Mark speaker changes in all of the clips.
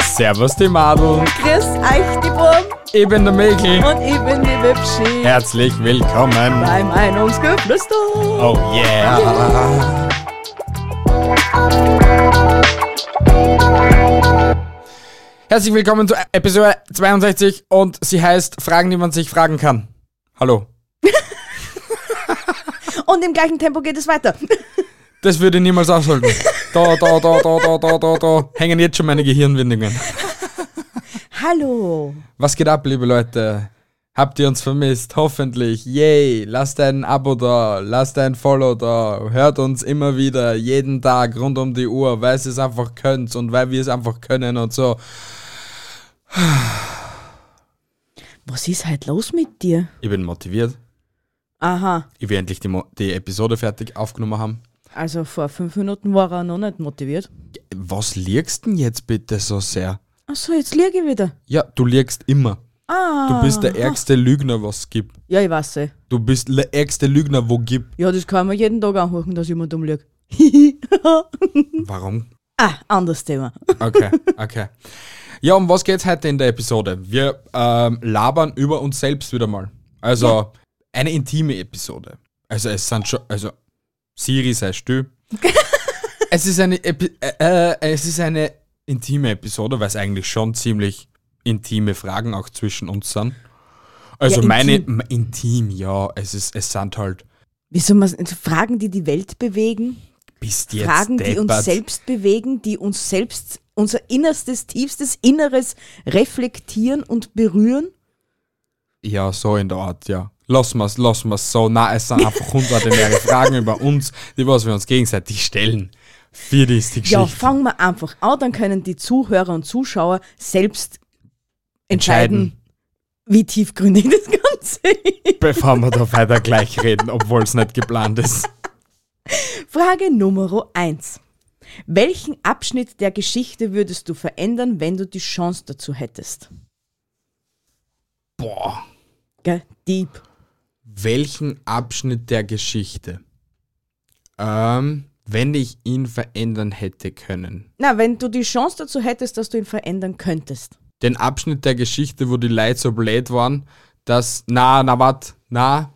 Speaker 1: Servus die Madel,
Speaker 2: Grüß euch, die Burm,
Speaker 1: ich bin der Mikl.
Speaker 2: und ich bin die Wipschi
Speaker 1: Herzlich willkommen.
Speaker 2: bei Meinungsgeflüster.
Speaker 1: Oh yeah. Herzlich willkommen zu Episode 62 und sie heißt Fragen, die man sich fragen kann. Hallo.
Speaker 2: Und im gleichen Tempo geht es weiter.
Speaker 1: Das würde ich niemals aushalten. Da, da, da, da, da, da, da, da. Hängen jetzt schon meine Gehirnwindungen.
Speaker 2: Hallo.
Speaker 1: Was geht ab, liebe Leute? Habt ihr uns vermisst? Hoffentlich. Yay. Lasst ein Abo da. Lasst ein Follow da. Hört uns immer wieder. Jeden Tag. Rund um die Uhr. Weil ihr es einfach könnt. Und weil wir es einfach können und so.
Speaker 2: Was ist halt los mit dir?
Speaker 1: Ich bin motiviert.
Speaker 2: Aha,
Speaker 1: Ich will endlich die, Mo die Episode fertig aufgenommen haben.
Speaker 2: also vor fünf Minuten war er noch nicht motiviert.
Speaker 1: Was liegst denn jetzt bitte so sehr?
Speaker 2: Achso, jetzt liege ich wieder.
Speaker 1: Ja, du liegst immer.
Speaker 2: Ah.
Speaker 1: Du bist der ärgste Lügner, was es gibt.
Speaker 2: Ja, ich weiß eh.
Speaker 1: Du bist der ärgste Lügner, wo gibt.
Speaker 2: Ja, das kann man jeden Tag anhören, dass jemand umliegt.
Speaker 1: Warum
Speaker 2: ah, anderes Thema.
Speaker 1: Okay, okay. Ja, um was geht's heute in der Episode? Wir ähm, labern über uns selbst wieder mal. Also eine intime Episode. Also es sind schon, also Siri sei still. es ist eine Epi äh, äh, es ist eine intime Episode, weil es eigentlich schon ziemlich intime Fragen auch zwischen uns sind. Also
Speaker 2: Ja,
Speaker 1: meine
Speaker 2: intim.
Speaker 1: m- intim, ja, es ist es sind halt
Speaker 2: Wieso man Fragen, die die Welt bewegen,
Speaker 1: bis jetzt
Speaker 2: Fragen, die uns
Speaker 1: deppert.
Speaker 2: selbst bewegen, die uns selbst unser innerstes, tiefstes Inneres reflektieren und berühren.
Speaker 1: Ja, so in der Art, ja. Lass mal's, lass mal's so. Na, es sind einfach hunderte mehrere Fragen über uns, die was wir uns gegenseitig stellen. Für die ist die
Speaker 2: Ja,
Speaker 1: Geschichte.
Speaker 2: fangen wir einfach an, dann können die Zuhörer und Zuschauer selbst entscheiden, wie tiefgründig das Ganze ist.
Speaker 1: Bevor wir da weiter gleich reden, obwohl es nicht geplant ist.
Speaker 2: Frage Nummer 1. Welchen Abschnitt der Geschichte würdest du verändern, wenn du die Chance dazu hättest?
Speaker 1: Boah.
Speaker 2: Gell? Deep.
Speaker 1: Welchen Abschnitt der Geschichte? Ähm, wenn ich ihn verändern hätte können.
Speaker 2: Na, wenn du die Chance dazu hättest, dass du ihn verändern könntest.
Speaker 1: Den Abschnitt der Geschichte, wo die Leute so blöd waren, dass, na, na, wat, na,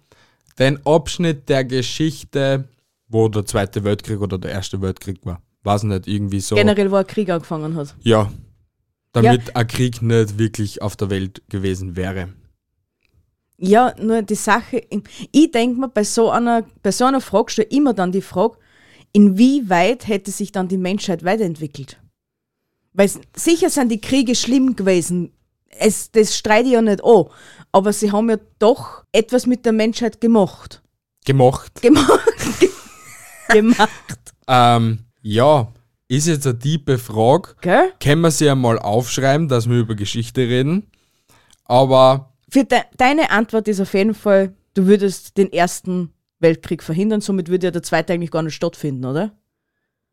Speaker 1: den Abschnitt der Geschichte, wo der Zweite Weltkrieg oder der Erste Weltkrieg war. Weiß nicht, irgendwie so.
Speaker 2: Generell, wo ein Krieg angefangen hat.
Speaker 1: ja. Damit ein Krieg nicht wirklich auf der Welt gewesen wäre.
Speaker 2: Ja, nur die Sache, ich denke mir, bei so einer, bei so einer Frage stelle ich immer dann die Frage, inwieweit hätte sich dann die Menschheit weiterentwickelt? Weil s- sicher sind die Kriege schlimm gewesen. Es, das streite ich ja nicht an. Aber sie haben ja doch etwas mit der Menschheit gemacht.
Speaker 1: Gemacht.
Speaker 2: Gemacht. gemacht.
Speaker 1: Ähm, ja, ist jetzt eine tiefe Frage.
Speaker 2: Gell?
Speaker 1: Können wir sie einmal aufschreiben, dass wir über Geschichte reden. Aber
Speaker 2: Für de deine Antwort ist auf jeden Fall, du würdest den Ersten Weltkrieg verhindern, somit würde ja der Zweite eigentlich gar nicht stattfinden, oder?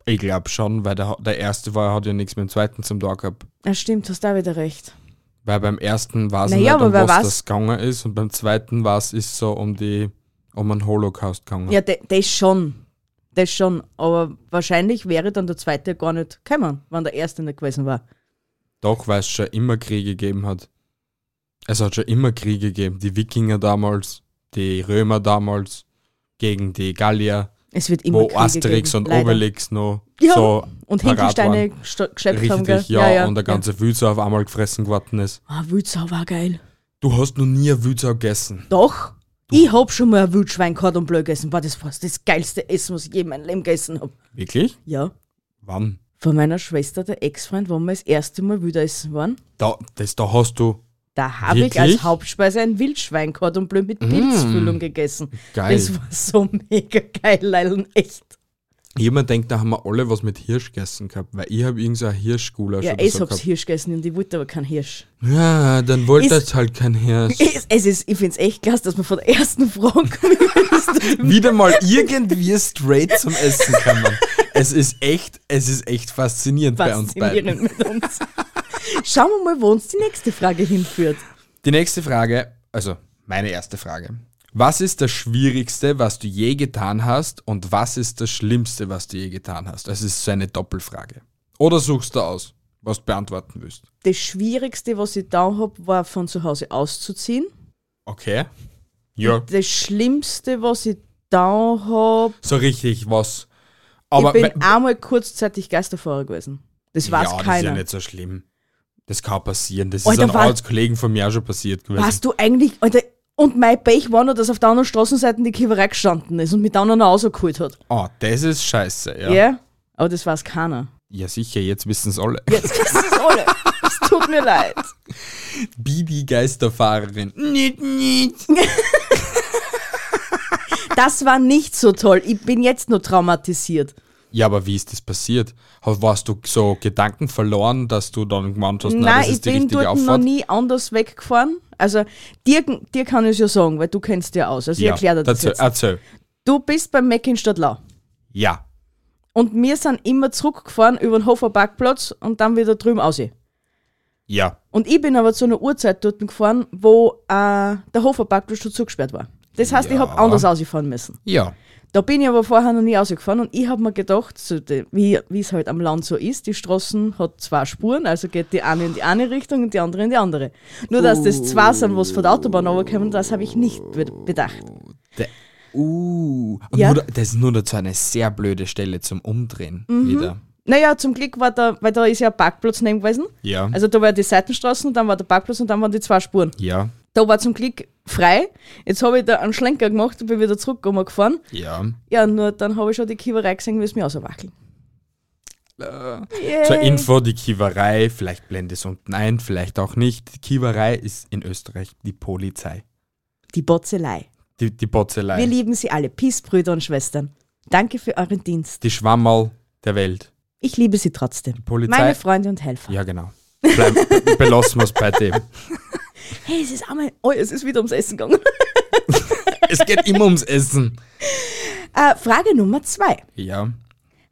Speaker 1: ich glaube schon, weil der, der Erste war, hat ja nichts mit dem Zweiten zum Tag gehabt.
Speaker 2: Ja, stimmt, hast da wieder recht.
Speaker 1: Weil beim ersten war es
Speaker 2: Naja,
Speaker 1: nicht,
Speaker 2: aber
Speaker 1: um
Speaker 2: wer
Speaker 1: was
Speaker 2: weiß-
Speaker 1: das gegangen ist und beim zweiten war es ist so um die um einen Holocaust gegangen.
Speaker 2: Ja, de- das schon. Das schon. Aber wahrscheinlich wäre dann der zweite gar nicht gekommen, wenn der erste nicht gewesen war.
Speaker 1: Doch, weil es schon immer Kriege gegeben hat. Es hat schon immer Kriege gegeben. Die Wikinger damals, die Römer damals, gegen die Gallier,
Speaker 2: Es wird immer
Speaker 1: wo
Speaker 2: Kriege
Speaker 1: Asterix
Speaker 2: geben,
Speaker 1: und
Speaker 2: leider.
Speaker 1: Obelix noch
Speaker 2: Ja,
Speaker 1: so
Speaker 2: und
Speaker 1: parat
Speaker 2: Hinkelsteine
Speaker 1: waren.
Speaker 2: gesta- geschleppt haben, gell?
Speaker 1: Richtig, ja, und der ganze Wildsau auf einmal gefressen geworden ist.
Speaker 2: Ah, Wildsau war geil.
Speaker 1: Du hast noch nie eine Wildsau gegessen.
Speaker 2: Doch, ich hab schon mal ein Wildschwein gehabt und Blöd gegessen. War das fast das geilste Essen, was ich je in meinem Leben gegessen hab.
Speaker 1: Wirklich?
Speaker 2: Ja.
Speaker 1: Wann?
Speaker 2: Von meiner Schwester, der Ex-Freund, wo wir das erste Mal wieder essen waren,
Speaker 1: Da, das, da hast du
Speaker 2: da habe ich
Speaker 1: Wirklich? Mm.
Speaker 2: als Hauptspeise ein Wildschwein gehabt und blöd mit Pilzfüllung gegessen.
Speaker 1: geil.
Speaker 2: Das war so mega geil, Leilen, echt.
Speaker 1: Jemand denkt, da haben wir alle was mit Hirsch gegessen gehabt, weil ich habe irgend so ein Hirschgulasch
Speaker 2: Ja, eh
Speaker 1: oder
Speaker 2: ich
Speaker 1: so
Speaker 2: hab's
Speaker 1: gehabt.
Speaker 2: Hirsch gegessen und ich wollte aber keinen Hirsch.
Speaker 1: Ja, dann wollte
Speaker 2: Ist-
Speaker 1: das halt kein Hirsch.
Speaker 2: Es, es ist, ich find's echt klasse, dass man von der ersten Frage
Speaker 1: Wieder mal irgendwie straight zum Essen kann man. Es ist echt, es ist echt faszinierend, bei uns beiden.
Speaker 2: faszinierend mit uns. Schauen wir mal, wo uns die nächste Frage hinführt.
Speaker 1: Die nächste Frage, also meine erste Frage. Was ist das Schwierigste, was du je getan hast und was ist das Schlimmste, was du je getan hast? Das ist so eine Doppelfrage. Oder suchst du aus, was du beantworten willst.
Speaker 2: Das Schwierigste, was ich da hab, war von zu Hause auszuziehen.
Speaker 1: Okay. Ja.
Speaker 2: Das Schlimmste, was ich da hab,
Speaker 1: So richtig was.
Speaker 2: ich
Speaker 1: Aber
Speaker 2: bin
Speaker 1: we-
Speaker 2: einmal kurzzeitig Geisterfahrer gewesen. Das weiß
Speaker 1: ja, das ist ja
Speaker 2: keiner.
Speaker 1: nicht so schlimm. Das kann passieren. Das ist
Speaker 2: Alter,
Speaker 1: einem
Speaker 2: war-
Speaker 1: Arbeitskollegen von mir auch schon passiert gewesen.
Speaker 2: Weißt du eigentlich, Alter, und mein Pech war nur, dass auf der anderen Straßenseite die Kiverei gestanden ist und mich dann einer rausgeholt hat.
Speaker 1: Oh, das ist scheiße, ja.
Speaker 2: Ja. Aber das weiß keiner.
Speaker 1: Ja, sicher, jetzt wissen es alle.
Speaker 2: Jetzt wissen es alle. Es tut mir leid.
Speaker 1: Bibi Geisterfahrerin. Nicht, nicht.
Speaker 2: Das war nicht so toll. Ich bin jetzt nur traumatisiert.
Speaker 1: Ja, aber wie ist das passiert? Ha- Warst du so Gedanken verloren, dass du dann gemeint hast, nein,
Speaker 2: Nein,
Speaker 1: das
Speaker 2: ich
Speaker 1: ist die
Speaker 2: bin
Speaker 1: richtige
Speaker 2: dort noch
Speaker 1: Auffahrt?
Speaker 2: nie anders weggefahren. Also, dir, dir kann ich es ja sagen, weil du kennst ja aus. Also, ich erkläre dir das
Speaker 1: erzähl,
Speaker 2: jetzt.
Speaker 1: erzähl.
Speaker 2: Du bist beim Meck in Stadtlau.
Speaker 1: Ja.
Speaker 2: Und wir sind immer zurückgefahren über den Hofer Parkplatz und dann wieder drüben aus.
Speaker 1: Ja.
Speaker 2: Und ich bin aber zu einer Uhrzeit dort gefahren, wo äh, der Hofer Parkplatz schon zugesperrt war. Das heißt, ich
Speaker 1: Ja.
Speaker 2: habe anders ausgefahren müssen.
Speaker 1: Ja.
Speaker 2: Da bin ich aber vorher noch nie rausgefahren und ich habe mir gedacht, so de- wie wie es halt am Land so ist, die Straßen hat zwei Spuren, also geht die eine in die eine Richtung und die andere in die andere. Nur dass das zwei sind, was von der Autobahn runterkommen, das habe ich nicht be- bedacht.
Speaker 1: Der, uh. Und
Speaker 2: Ja.
Speaker 1: nur, da- das ist nur dazu eine sehr blöde Stelle zum Umdrehen
Speaker 2: Mhm.
Speaker 1: wieder.
Speaker 2: Naja, zum Glück war da, weil da ist ja ein Parkplatz neben gewesen.
Speaker 1: Ja.
Speaker 2: Also da war die Seitenstraßen, dann war der Parkplatz und dann waren die zwei Spuren.
Speaker 1: ja.
Speaker 2: Da war zum Glück frei. Jetzt habe ich da einen Schlenker gemacht und bin wieder zurück gefahren.
Speaker 1: Ja.
Speaker 2: Ja, nur dann habe ich schon die Kiewerei gesehen, wie es mir auswackeln. Äh.
Speaker 1: Zur Info, die Kiewerei, vielleicht blende es unten ein, vielleicht auch nicht. Die Kiewerei ist in Österreich die Polizei.
Speaker 2: Die Botzelei.
Speaker 1: Die, die Botzelei.
Speaker 2: Wir lieben Sie alle. Peace, Brüder und Schwestern. Danke für euren Dienst.
Speaker 1: die Schwammerl der Welt.
Speaker 2: Ich liebe Sie trotzdem.
Speaker 1: Polizei.
Speaker 2: Meine Freunde und Helfer.
Speaker 1: Ja, genau. Bleib, belassen wir es bei dem.
Speaker 2: Hey, es ist einmal. Oh, es ist wieder ums Essen gegangen.
Speaker 1: Es geht immer ums Essen.
Speaker 2: Äh, Frage Nummer zwei.
Speaker 1: Ja.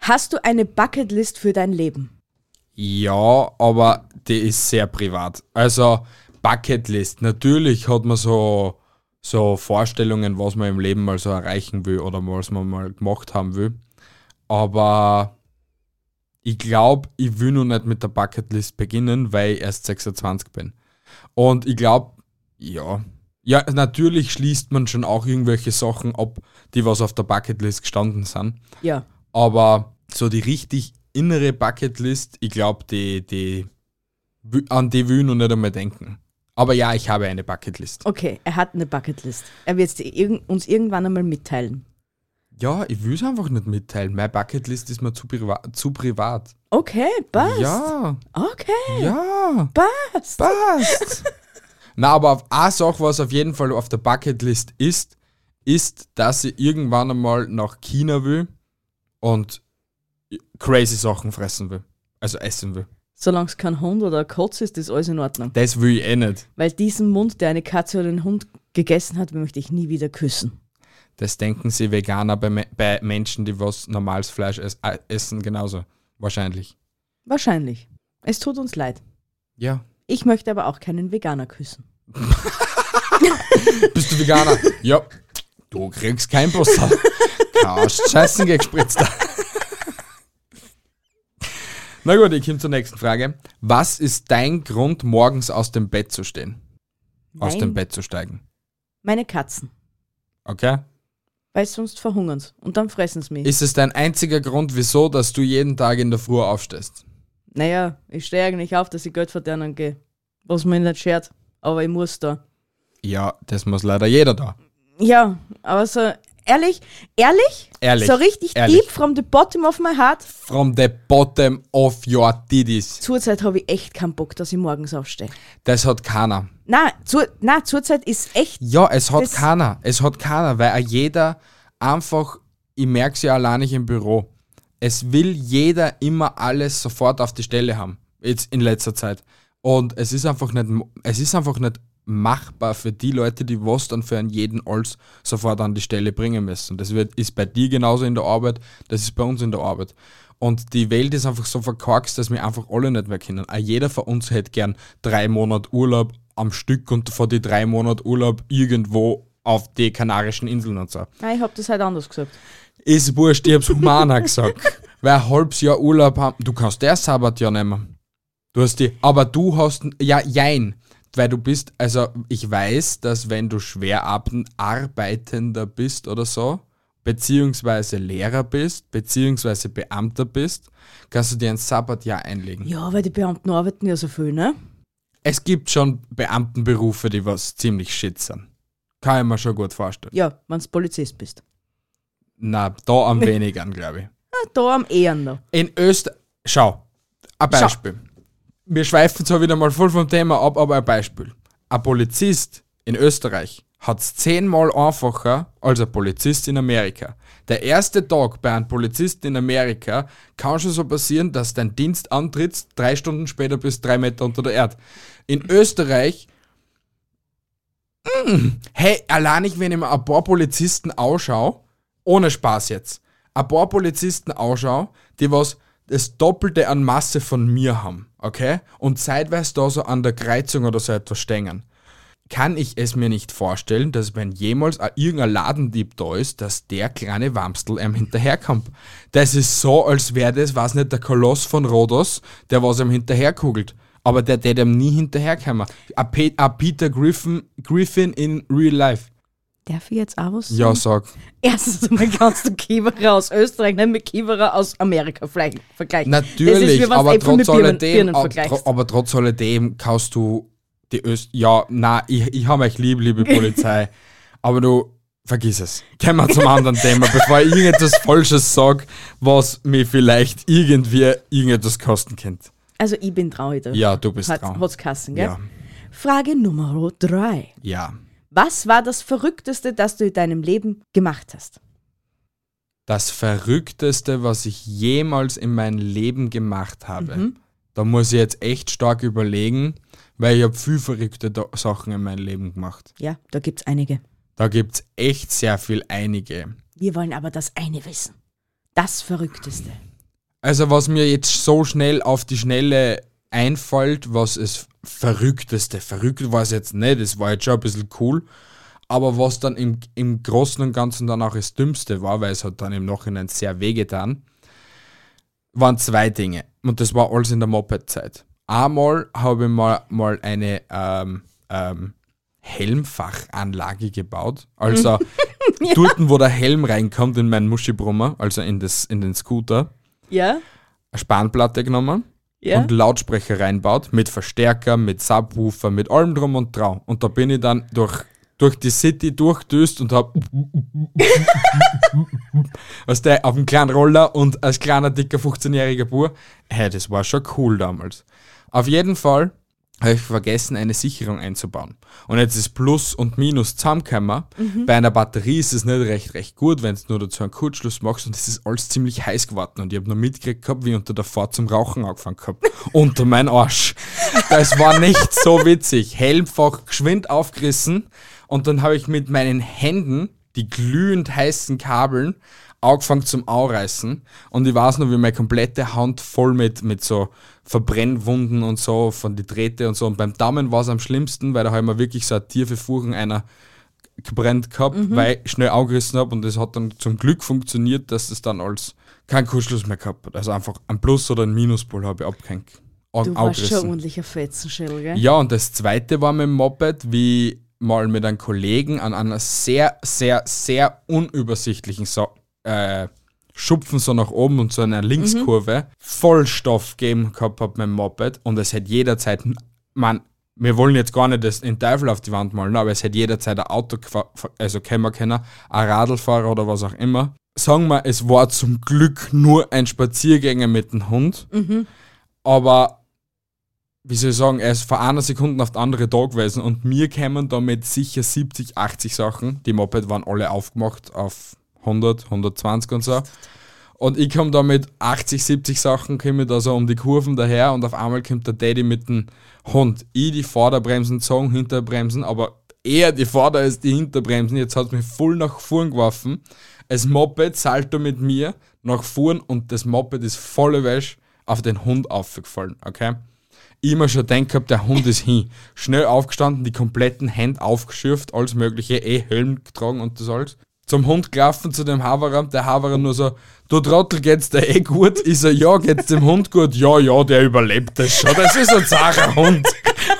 Speaker 2: Hast du eine Bucketlist für dein Leben?
Speaker 1: Ja, aber die ist sehr privat. Also Bucketlist. Natürlich hat man so, so Vorstellungen, was man im Leben mal so erreichen will oder was man mal gemacht haben will. Aber ich glaube, ich will noch nicht mit der Bucketlist beginnen, weil ich erst 26 bin. Und ich glaube, ja. Ja, natürlich schließt man schon auch irgendwelche Sachen ab, die was auf der Bucketlist gestanden sind.
Speaker 2: Ja.
Speaker 1: Aber so die richtig innere Bucketlist, ich glaube, die, die, wü- an die will ich noch nicht einmal denken. Aber ja, ich habe eine Bucketlist.
Speaker 2: Okay, er hat eine Bucketlist. Er wird sie irg uns irgendwann einmal mitteilen.
Speaker 1: Ja, ich will es einfach nicht mitteilen. Meine Bucketlist ist mir zu, priva zu privat.
Speaker 2: Okay, passt.
Speaker 1: Ja,
Speaker 2: Okay,
Speaker 1: ja,
Speaker 2: passt.
Speaker 1: passt. Na, aber auf eine Sache, was auf jeden Fall auf der Bucketlist ist, ist, dass ich irgendwann einmal nach China will und crazy Sachen fressen will. Also essen will.
Speaker 2: Solange es kein Hund oder ein Kotz ist, ist alles in Ordnung.
Speaker 1: Das will ich eh nicht.
Speaker 2: Weil diesen Mund, der eine Katze oder einen Hund gegessen hat, möchte ich nie wieder küssen.
Speaker 1: Das denken sie Veganer bei, Me- bei Menschen, die was normales Fleisch es äh, essen, genauso. Wahrscheinlich.
Speaker 2: Wahrscheinlich. Es tut uns leid.
Speaker 1: Ja.
Speaker 2: Ich möchte aber auch keinen Veganer küssen.
Speaker 1: Bist du Veganer? ja. Du kriegst kein Buster. Kannst scheißen gespritzt. Na gut, ich komme zur nächsten Frage. Was ist dein Grund, morgens aus dem Bett zu stehen? Aus
Speaker 2: Nein.
Speaker 1: dem Bett zu steigen.
Speaker 2: Meine Katzen.
Speaker 1: Okay?
Speaker 2: Weil sonst verhungern sie. Und dann fressen sie mich.
Speaker 1: Ist es dein einziger Grund, wieso, dass du jeden Tag in der Früh aufstehst?
Speaker 2: naja, ich stehe eigentlich auf, dass ich Geld verdienen gehe. Was mir nicht schert. Aber ich muss da.
Speaker 1: Ja, das muss leider jeder da.
Speaker 2: Ja, aber so ehrlich, ehrlich?
Speaker 1: Ehrlich,
Speaker 2: So richtig
Speaker 1: ehrlich.
Speaker 2: deep from the bottom of my heart.
Speaker 1: From the bottom of your titties.
Speaker 2: Zurzeit habe ich echt keinen Bock, dass ich morgens aufstehe.
Speaker 1: Das hat keiner.
Speaker 2: Nein, zu, nein, zurzeit ist echt
Speaker 1: Ja, es hat
Speaker 2: Das-
Speaker 1: keiner. Es hat keiner, weil auch jeder einfach, ich merke es ja allein nicht im Büro. es will jeder immer alles sofort auf die Stelle haben, jetzt in letzter Zeit. Und es ist einfach nicht, es ist einfach nicht machbar für die Leute, die was dann für einen jeden Alls sofort an die Stelle bringen müssen. Das wird, ist bei dir genauso in der Arbeit, das ist bei uns in der Arbeit. Und die Welt ist einfach so verkorkst, dass wir einfach alle nicht mehr kennen. Auch jeder von uns hätte gern drei Monate Urlaub am Stück und vor die drei Monate Urlaub irgendwo auf die Kanarischen Inseln und so.
Speaker 2: Nein, ich habe das halt anders gesagt.
Speaker 1: Ist wurscht, ich hab's humaner gesagt. Weil ein halbes Jahr Urlaub haben, du kannst das Sabbatjahr nehmen. Du hast die, aber du hast, ja, jein. Weil du bist, also ich weiß, dass wenn du schwer ab- arbeitender bist oder so, beziehungsweise Lehrer bist, beziehungsweise Beamter bist, kannst du dir ein Sabbatjahr einlegen.
Speaker 2: Ja, weil die Beamten arbeiten ja so viel, ne?
Speaker 1: Es gibt schon Beamtenberufe, die was ziemlich shit sind. Kann ich mir schon gut vorstellen.
Speaker 2: Ja, wenn du Polizist bist.
Speaker 1: Na, da am wenigsten, glaube ich.
Speaker 2: Na, Ah, da am eher noch.
Speaker 1: In Österreich. Schau, ein
Speaker 2: Schau.
Speaker 1: Beispiel. Wir schweifen zwar wieder mal voll vom Thema ab, aber ein Beispiel. Ein Polizist in Österreich hat es zehnmal einfacher als ein Polizist in Amerika. Der erste Tag bei einem Polizisten in Amerika kann schon so passieren, dass dein Dienst antrittst, drei Stunden später bist drei Meter unter der Erde. In Österreich Hey, allein ich, wenn ich mir ein paar Polizisten ausschaue, ohne Spaß jetzt, ein paar Polizisten ausschaue, die was das Doppelte an Masse von mir haben, okay? Und zeitweise da so an der Kreuzung oder so etwas stehen. Kann ich es mir nicht vorstellen, dass wenn jemals a- irgendein Ladendieb da ist, dass der kleine Wamstel einem hinterherkommt. Das ist so, als wäre das, weiß nicht, der Koloss von Rhodos, der was ihm hinterherkugelt. Aber der der ihm nie hinterherkommen. A, Pe a Peter Griffin, Griffin in real life. Hm.
Speaker 2: Darf ich jetzt auch was sagen?
Speaker 1: Ja, sag.
Speaker 2: Erstens einmal kannst du Kieberer aus Österreich nicht mit Kieberer aus Amerika vielleicht vergleichen. Das ist, wie
Speaker 1: Natürlich,
Speaker 2: wenn's
Speaker 1: aber
Speaker 2: Äpfel mit
Speaker 1: trotz
Speaker 2: Birnen,
Speaker 1: alledem,
Speaker 2: Birnen
Speaker 1: aber,
Speaker 2: vergleichst.
Speaker 1: tro aber trotz alledem kannst du die Öst. Ja, nein, ich, ich habe euch lieb, liebe Polizei. aber du vergiss es. Gehen wir zum anderen Thema, bevor ich irgendetwas Falsches sage, was mir vielleicht irgendwie irgendetwas kosten könnte.
Speaker 2: Also ich bin traurig da.
Speaker 1: Ja, du bist
Speaker 2: Hat,
Speaker 1: dran.
Speaker 2: hat's Kassen, gell?
Speaker 1: Ja,
Speaker 2: Frage Nummer drei.
Speaker 1: ja.
Speaker 2: Was war das Verrückteste, das du in deinem Leben gemacht hast?
Speaker 1: Das Verrückteste, was ich jemals in meinem Leben gemacht habe.
Speaker 2: Mhm.
Speaker 1: Da muss ich jetzt echt stark überlegen, weil ich habe viel verrückte Do- Sachen in meinem Leben gemacht.
Speaker 2: Ja, da gibt's einige.
Speaker 1: Da gibt es echt sehr viel einige.
Speaker 2: Wir wollen aber das eine wissen. Das Verrückteste.
Speaker 1: Also was mir jetzt so schnell auf die Schnelle einfällt, was es verrückteste, verrückt war es jetzt nicht, das war jetzt schon ein bisschen cool, aber was dann im, im Großen und Ganzen dann auch das Dümmste war, weil es hat dann im Nachhinein sehr wehgetan, waren zwei Dinge. Und das war alles in der Moped-Zeit. Einmal habe ich mal, mal eine ähm, ähm, Helmfachanlage gebaut. Also dort, wo der Helm reinkommt in meinen Muschibrummer, also in, das, in den Scooter
Speaker 2: Ja?
Speaker 1: eine Spanplatte genommen
Speaker 2: Ja?
Speaker 1: und Lautsprecher reinbaut mit Verstärker, mit Subwoofer, mit allem drum und drau. Und da bin ich dann durch, durch die City durchdüst und hab aus der auf dem kleinen Roller und als kleiner dicker 15-jähriger Bub. Hey, das war schon cool damals. Auf jeden Fall habe ich vergessen, eine Sicherung einzubauen. Und jetzt ist Plus und Minus zusammengekommen. Bei einer Batterie ist es nicht recht, recht gut, wenn du nur dazu einen Kurzschluss machst und es ist alles ziemlich heiß geworden. Und ich habe noch mitgekriegt gehabt, wie ich unter der Fahrt zum Rauchen angefangen gehabt. unter mein Arsch. Das war nicht so witzig. Helmfach geschwind aufgerissen und dann habe ich mit meinen Händen die glühend heißen Kabeln angefangen zum Aureißen und ich weiß noch, wie meine komplette Hand voll mit, mit so Verbrennwunden und so von die Drähte und so und beim Daumen war es am schlimmsten, weil da habe ich mir wirklich so eine tiefe Furchen einer gebrannt gehabt,
Speaker 2: Mhm.
Speaker 1: weil ich schnell angerissen habe und es hat dann zum Glück funktioniert, dass das dann als kein Kurzschluss mehr gehabt hat. Also einfach ein Plus- oder ein Minuspol habe ich abgehängt. Au-
Speaker 2: Du warst schon ein ordentlicher Fetzenschädel, gell?
Speaker 1: ja, und das zweite war mit dem Moped, wie mal mit einem Kollegen an einer sehr, sehr, sehr unübersichtlichen so äh, Schupfen so nach oben und so einer Linkskurve Vollstoff geben gehabt hab mit dem Moped und es hätte jederzeit, man, wir wollen jetzt gar nicht das in Teufel auf die Wand malen, ne, aber es hätte jederzeit ein Auto, gefa- also kennen wir keiner, ein Radlfahrer oder was auch immer. Sagen wir, es war zum Glück nur ein Spaziergänger mit dem Hund, aber wie soll ich sagen, er ist von einer Sekunde auf die andere da gewesen und mir kämen damit sicher 70, 80 Sachen. Die Moped waren alle aufgemacht auf 100, 120 und so. Und ich komme da mit 80, 70 Sachen, komme ich da so um die Kurven daher und auf einmal kommt der Daddy mit dem Hund. Ich die Vorderbremsen zogen, Hinterbremsen, aber eher die Vorder- als die Hinterbremsen. Jetzt hat mich voll nach vorn geworfen. Das Moped salto mit mir nach vorn und das Moped ist volle Wäsche auf den Hund aufgefallen, okay? Immer schon denkt gehabt, der Hund ist hin. Schnell aufgestanden, die kompletten Hände aufgeschürft, alles mögliche, eh Helm getragen und das alles. Zum Hund gelaufen, zu dem Haverer, der Haverer nur so, du Trottel, geht's dir eh gut? Ich so, ja, geht's dem Hund gut? Ja, ja, der überlebt das schon, das ist ein zacher Hund.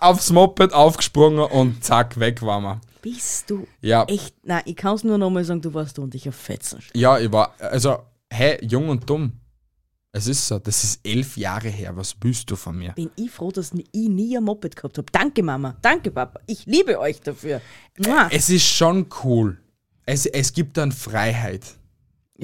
Speaker 1: Aufs Moped aufgesprungen und zack, weg waren wir.
Speaker 2: Bist du
Speaker 1: Ja.
Speaker 2: echt. Nein, ich kann es nur nochmal sagen, du warst und ich auf Fetzen.
Speaker 1: Ja, ich war, also, hä, jung und dumm. Es ist so, das ist elf Jahre her, was willst du von mir?
Speaker 2: Bin ich froh, dass ich nie ein Moped gehabt habe. Danke, Mama. Danke, Papa. Ich liebe euch dafür. Mua.
Speaker 1: Es ist schon cool. Es, es gibt dann Freiheit.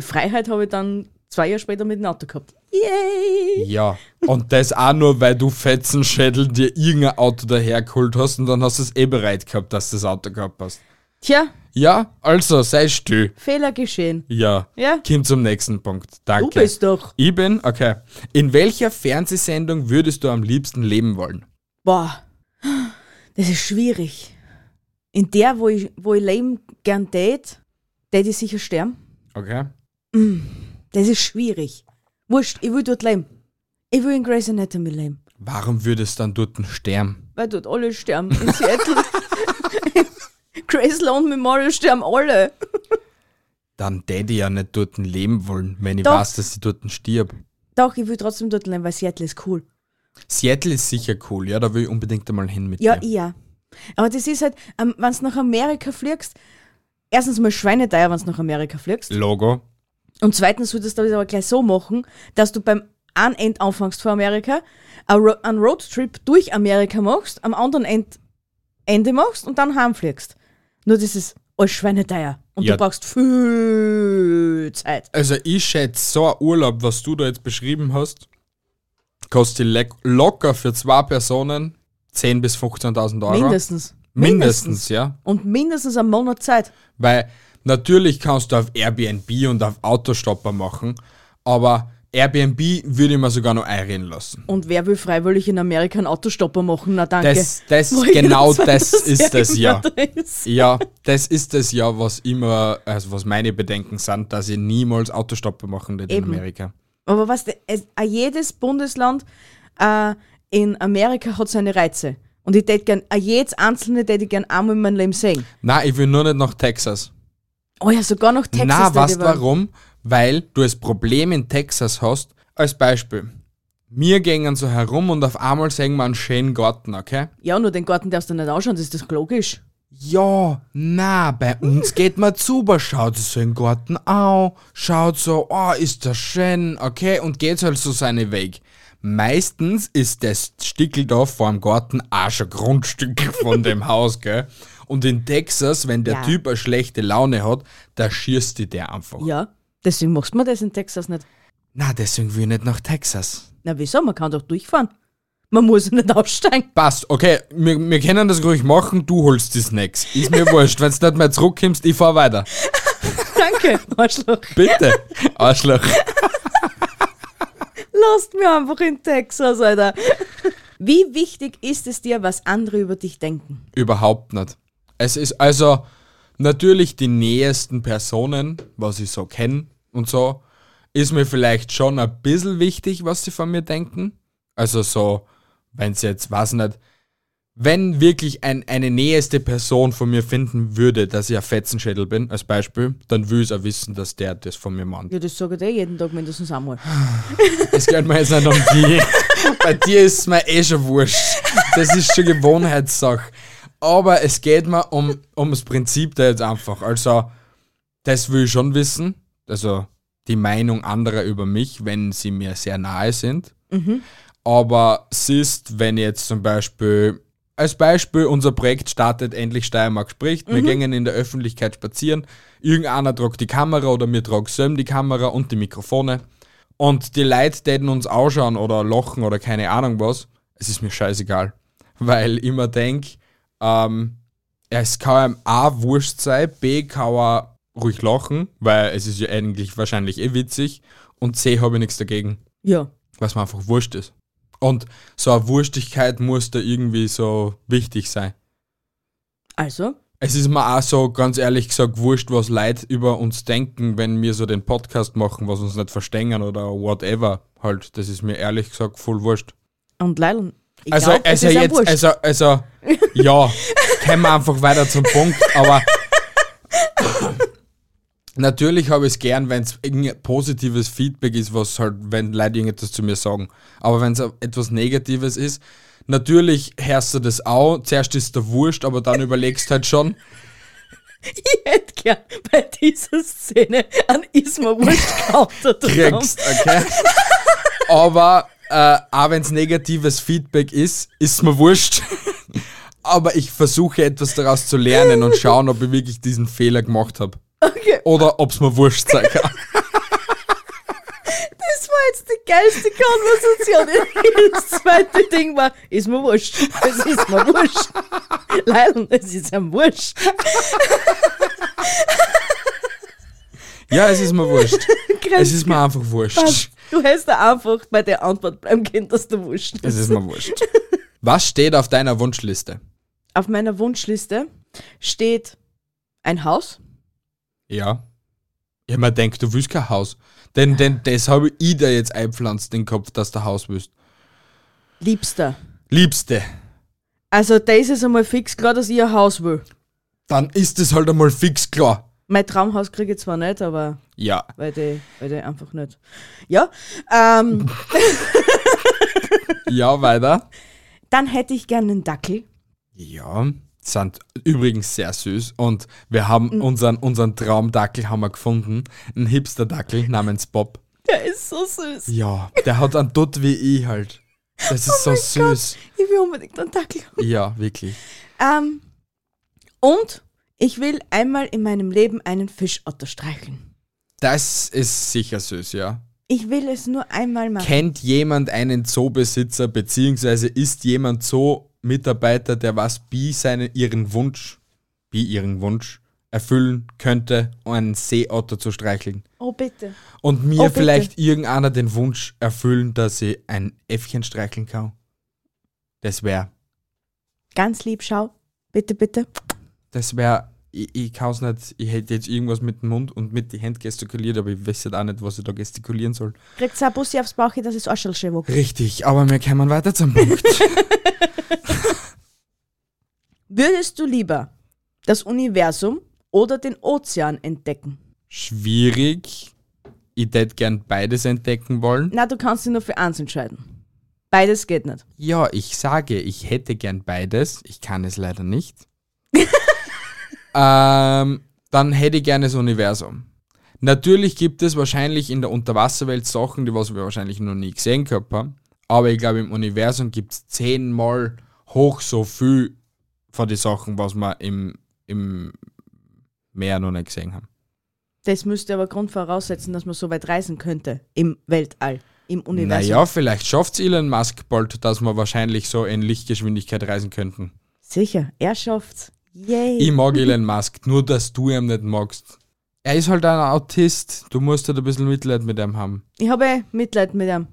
Speaker 2: Freiheit habe ich dann zwei Jahre später mit dem Auto gehabt. Yay!
Speaker 1: Ja. Und das auch nur, weil du Fetzenschädel dir irgendein Auto dahergeholt hast und dann hast du es eh bereit gehabt, dass du das Auto gehabt hast.
Speaker 2: Tja,
Speaker 1: Ja, also sei still.
Speaker 2: Fehler geschehen.
Speaker 1: Ja.
Speaker 2: Ja.
Speaker 1: Komm zum nächsten Punkt. Danke.
Speaker 2: Du bist doch.
Speaker 1: Ich bin, okay. In welcher Fernsehsendung würdest du am liebsten leben wollen?
Speaker 2: Boah, das ist schwierig. In der, wo ich, wo ich leben gern tät, tät ich sicher sterben.
Speaker 1: Okay.
Speaker 2: Das ist schwierig. Wurscht, ich will dort leben. Ich will in Grey's Anatomy leben.
Speaker 1: Warum würdest du dann dort sterben?
Speaker 2: Weil dort alle sterben. In Seattle. Grey's Lawn Memorial sterben alle.
Speaker 1: Dann täte ich ja nicht dort leben wollen, wenn ich
Speaker 2: Doch.
Speaker 1: weiß, dass ich dort stirb.
Speaker 2: Doch, ich will trotzdem dort leben, weil Seattle ist cool.
Speaker 1: Seattle ist sicher cool, ja, da will ich unbedingt einmal hin mit
Speaker 2: Ja,
Speaker 1: dir.
Speaker 2: ich ja. Aber das ist halt, wenn du nach Amerika fliegst, erstens mal schweineteuer, wenn du nach Amerika fliegst.
Speaker 1: Logo.
Speaker 2: Und zweitens würdest du das aber gleich so machen, dass du beim einen End anfängst vor Amerika, a Ro- einen Roadtrip durch Amerika machst, am anderen End Ende machst und dann heimfliegst. Nur das ist alles schweineteuer. Und
Speaker 1: Ja.
Speaker 2: du brauchst viel Zeit.
Speaker 1: Also ich schätze, so ein Urlaub, was du da jetzt beschrieben hast, kostet le- locker für zwei Personen 10.000 bis 15.000 Euro.
Speaker 2: Mindestens.
Speaker 1: Mindestens, ja.
Speaker 2: Und mindestens einen Monat Zeit.
Speaker 1: Weil natürlich kannst du auf Airbnb und auf Autostopper machen, aber Airbnb würde ich mir sogar noch einreden lassen.
Speaker 2: Und wer will freiwillig in Amerika einen Autostopper machen? Na danke.
Speaker 1: Das, das
Speaker 2: Wo jeder
Speaker 1: genau
Speaker 2: sagt,
Speaker 1: das
Speaker 2: dass
Speaker 1: ist
Speaker 2: er
Speaker 1: das ja.
Speaker 2: jemand ist.
Speaker 1: Ja, das ist das ja, was immer, also was meine Bedenken sind, dass ich niemals Autostopper machen werde in
Speaker 2: Eben.
Speaker 1: Amerika.
Speaker 2: Aber was, es, a jedes Bundesland äh, in Amerika hat seine Reize. Und ich tät gern, a jedes einzelne tät ich gern einmal in meinem Leben sehen.
Speaker 1: Nein, ich will nur nicht nach Texas.
Speaker 2: Oh ja, sogar noch Texas.
Speaker 1: Na,
Speaker 2: tät
Speaker 1: weißt
Speaker 2: ich wollen.
Speaker 1: warum? Weil du das Problem in Texas hast. Als Beispiel. Wir gingen so herum und auf einmal sehen wir einen schönen Garten, okay?
Speaker 2: Ja, nur den Garten darfst du nicht anschauen, das ist doch logisch.
Speaker 1: Ja, na, bei uns geht man zu, aber schaut so in den Garten auch, schaut so, oh, ist das schön, okay, und geht halt so seinen Weg. Meistens ist das Stickel da vor dem Garten auch schon Grundstück von dem Haus, gell? Und in Texas, wenn der
Speaker 2: Ja.
Speaker 1: Typ eine schlechte Laune hat, da schießt die der einfach.
Speaker 2: Ja, deswegen machst man das in Texas nicht.
Speaker 1: Na, deswegen will ich nicht nach Texas.
Speaker 2: Na wieso, man kann doch durchfahren. Man muss nicht aussteigen.
Speaker 1: Passt, okay, wir, wir können das ruhig machen, du holst die Snacks. Ist mir wurscht, wenn du nicht mehr zurückkommst, ich fahr weiter.
Speaker 2: Danke, Arschloch.
Speaker 1: Bitte, Arschloch.
Speaker 2: Lasst mir einfach in Texas, Alter. Wie wichtig ist es dir, was andere über dich denken?
Speaker 1: Überhaupt nicht. Es ist also natürlich die nähesten Personen, was ich so kenne und so, ist mir vielleicht schon ein bisschen wichtig, was sie von mir denken. Also so, wenn sie jetzt, weiß nicht, wenn wirklich ein, eine näheste Person von mir finden würde, dass ich ein Fetzenschädel bin, als Beispiel, dann will ich auch wissen, dass der das von mir meint.
Speaker 2: Ja, das sage ich dir jeden Tag mindestens einmal.
Speaker 1: Es geht mir jetzt nicht um die. Bei dir ist es mir eh schon wurscht. Das ist schon Gewohnheitssache. Aber es geht mir um, um das Prinzip da jetzt einfach. Also, das will ich schon wissen. Also, die Meinung anderer über mich, wenn sie mir sehr nahe sind. Aber siehst, wenn jetzt zum Beispiel, als Beispiel, unser Projekt startet endlich Steiermark spricht, wir gingen in der Öffentlichkeit spazieren, irgendeiner tragt die Kamera oder mir tragt selber die Kamera und die Mikrofone und die Leute täten uns ausschauen oder lachen oder keine Ahnung was. Es ist mir scheißegal, weil ich immer denk, ähm, es kann einem A wurscht sein, B kann er ruhig lachen, weil es ist ja eigentlich wahrscheinlich eh witzig. Und C habe ich nichts dagegen,
Speaker 2: Ja.
Speaker 1: was mir einfach wurscht ist. Und so eine Wurstigkeit muss da irgendwie so wichtig sein.
Speaker 2: Also,
Speaker 1: Es ist mir auch so, ganz ehrlich gesagt, wurscht, was Leute über uns denken, wenn wir so den Podcast machen, was uns nicht verstehen oder whatever. Halt, das ist mir ehrlich gesagt voll wurscht.
Speaker 2: und Leilon. ich
Speaker 1: Also,
Speaker 2: glaub, es
Speaker 1: also
Speaker 2: ist auch
Speaker 1: jetzt,
Speaker 2: wurscht.
Speaker 1: also, also, ja, kommen wir einfach weiter zum Punkt, aber natürlich habe ich es gern, wenn es irgendein positives Feedback ist, was halt, wenn Leute irgendetwas zu mir sagen. Aber wenn es etwas Negatives ist, natürlich hörst du das auch, zuerst ist der Wurscht, aber dann überlegst halt schon,
Speaker 2: Ich hätte gern bei dieser Szene an Isma Wurscht gehabt.
Speaker 1: kriegst, okay? Aber äh, auch wenn es negatives Feedback ist, ist mir wurscht. Aber ich versuche etwas daraus zu lernen und schauen, ob ich wirklich diesen Fehler gemacht habe.
Speaker 2: Okay,
Speaker 1: Oder ob es mir wurscht sein kann.
Speaker 2: das war jetzt die geilste Konversation. Das zweite Ding war, ist mir wurscht. Es ist mir wurscht. Leilon, es ist einem wurscht.
Speaker 1: Ja, es ist mir wurscht. Es
Speaker 2: Ganz
Speaker 1: ist mir einfach wurscht.
Speaker 2: passt. Du hast da einfach bei der Antwort beim Kind, dass du wurscht
Speaker 1: Es ist mir wurscht. Was steht auf deiner Wunschliste?
Speaker 2: Auf meiner Wunschliste steht ein Haus.
Speaker 1: Ja. Ja, man denkt, du willst kein Haus. Denn, denn das habe ich dir jetzt einpflanzt in den Kopf, dass du Haus willst.
Speaker 2: Liebster.
Speaker 1: Liebste,
Speaker 2: Also da ist es einmal fix klar, dass ich ein Haus will.
Speaker 1: dann ist es halt einmal fix klar.
Speaker 2: Mein Traumhaus kriege ich zwar nicht, aber
Speaker 1: Ja.
Speaker 2: weil die, weil die einfach nicht. Ja, ähm,
Speaker 1: Ja, weiter.
Speaker 2: dann hätte ich gerne einen Dackel.
Speaker 1: Ja, sind übrigens sehr süß und wir haben unseren, unseren Traumdackel haben wir gefunden. Ein Hipster-Dackel namens Bob.
Speaker 2: Der ist so süß.
Speaker 1: Ja, der hat einen Dutt wie ich halt. Das ist so süß.
Speaker 2: Ich will unbedingt einen Dackel.
Speaker 1: Ja, wirklich.
Speaker 2: Ähm, und ich will einmal in meinem Leben einen Fischotter streicheln.
Speaker 1: Das ist sicher süß, ja.
Speaker 2: Ich will es nur einmal machen.
Speaker 1: Kennt jemand einen Zoobesitzer, beziehungsweise ist jemand Zoo-Mitarbeiter, der was bi seinen ihren Wunsch, bi ihren Wunsch erfüllen könnte, einen Seeotter zu streicheln?
Speaker 2: Oh bitte.
Speaker 1: Und mir
Speaker 2: Oh, bitte.
Speaker 1: vielleicht irgendeiner den Wunsch erfüllen, dass ich ein Äffchen streicheln kann. Das wäre,
Speaker 2: Ganz lieb, schau. Bitte, bitte.
Speaker 1: das wäre, ich, ich kann es nicht, ich hätte jetzt irgendwas mit dem Mund und mit den Händen gestikuliert, aber ich weiß jetzt auch nicht, was ich da gestikulieren soll.
Speaker 2: Kriegt's ein Bussi aufs Bauch, dass es auch schon schön wog.
Speaker 1: Richtig, aber wir kommen weiter zum Punkt.
Speaker 2: Würdest du lieber das Universum oder den Ozean entdecken?
Speaker 1: Schwierig. Ich hätte gern beides entdecken wollen.
Speaker 2: Na, du kannst dich nur für eins entscheiden. Beides geht nicht.
Speaker 1: Ja, ich sage, ich hätte gern beides. Ich kann es leider nicht. ähm, dann hätte ich gern das Universum. Natürlich gibt es wahrscheinlich in der Unterwasserwelt Sachen, die was wir wahrscheinlich noch nie gesehen gehabt haben. Aber ich glaube, im Universum gibt es zehnmal hoch so viel von den Sachen, was wir im, im Meer noch nicht gesehen haben.
Speaker 2: Das müsste aber Grund voraussetzen, dass man so weit reisen könnte im Weltall, im Universum.
Speaker 1: Naja, vielleicht schafft es Elon Musk bald, dass wir wahrscheinlich so in Lichtgeschwindigkeit reisen könnten.
Speaker 2: Sicher, er schafft's. Yay.
Speaker 1: Ich mag Elon Musk, nur dass du ihn nicht magst. Er ist halt ein Autist. Du musst halt ein bisschen Mitleid mit ihm haben.
Speaker 2: ich habe eh Mitleid mit ihm.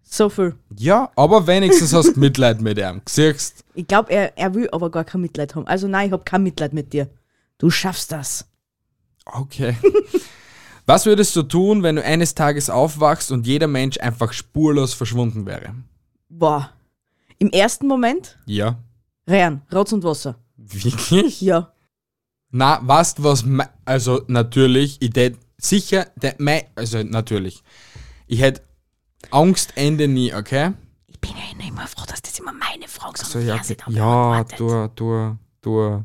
Speaker 2: So viel.
Speaker 1: Ja, aber wenigstens hast du Mitleid mit ihm. Siehst?
Speaker 2: Ich glaube, er, er will aber gar kein Mitleid haben. Also nein, ich habe kein Mitleid mit dir. Du schaffst das.
Speaker 1: Okay. Was würdest du tun, wenn du eines Tages aufwachst und jeder Mensch einfach spurlos verschwunden wäre?
Speaker 2: Boah. Im ersten Moment,
Speaker 1: Ja.
Speaker 2: rein, Rotz und Wasser.
Speaker 1: Wirklich?
Speaker 2: Ja.
Speaker 1: Na, weißt was, mei- also natürlich, ich tät sicher, de, mei, also natürlich, ich hätte Angst Ende nie, okay?
Speaker 2: Ich bin ja immer froh, dass das immer meine Frage ist.
Speaker 1: So, ja, ja, du, du, du,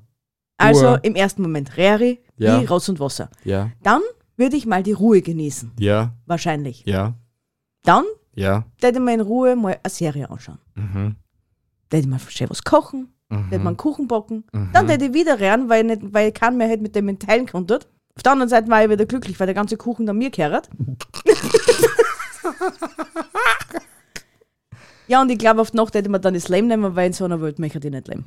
Speaker 2: Also
Speaker 1: Ruhe.
Speaker 2: im ersten Moment Reri,
Speaker 1: Ja.
Speaker 2: wie Rotz und Wasser.
Speaker 1: ja,
Speaker 2: Dann würde ich mal die Ruhe genießen,
Speaker 1: ja,
Speaker 2: wahrscheinlich.
Speaker 1: ja,
Speaker 2: Dann
Speaker 1: ja,
Speaker 2: würde ich mal in Ruhe mal eine Serie anschauen.
Speaker 1: mhm,
Speaker 2: Würde ich mal schön was kochen, mhm. würde mal einen Kuchen backen.
Speaker 1: Mhm.
Speaker 2: Dann würde ich wieder rein, weil ich, nicht, weil ich keinen mehr hätte mit dem ich teilen konnte. Auf der anderen Seite war ich wieder glücklich, weil der ganze Kuchen dann mir gehört. ja, und ich glaube, auf die Nacht hätte ich mir dann das Leben nehmen, weil in so einer Welt möchte ich nicht leben.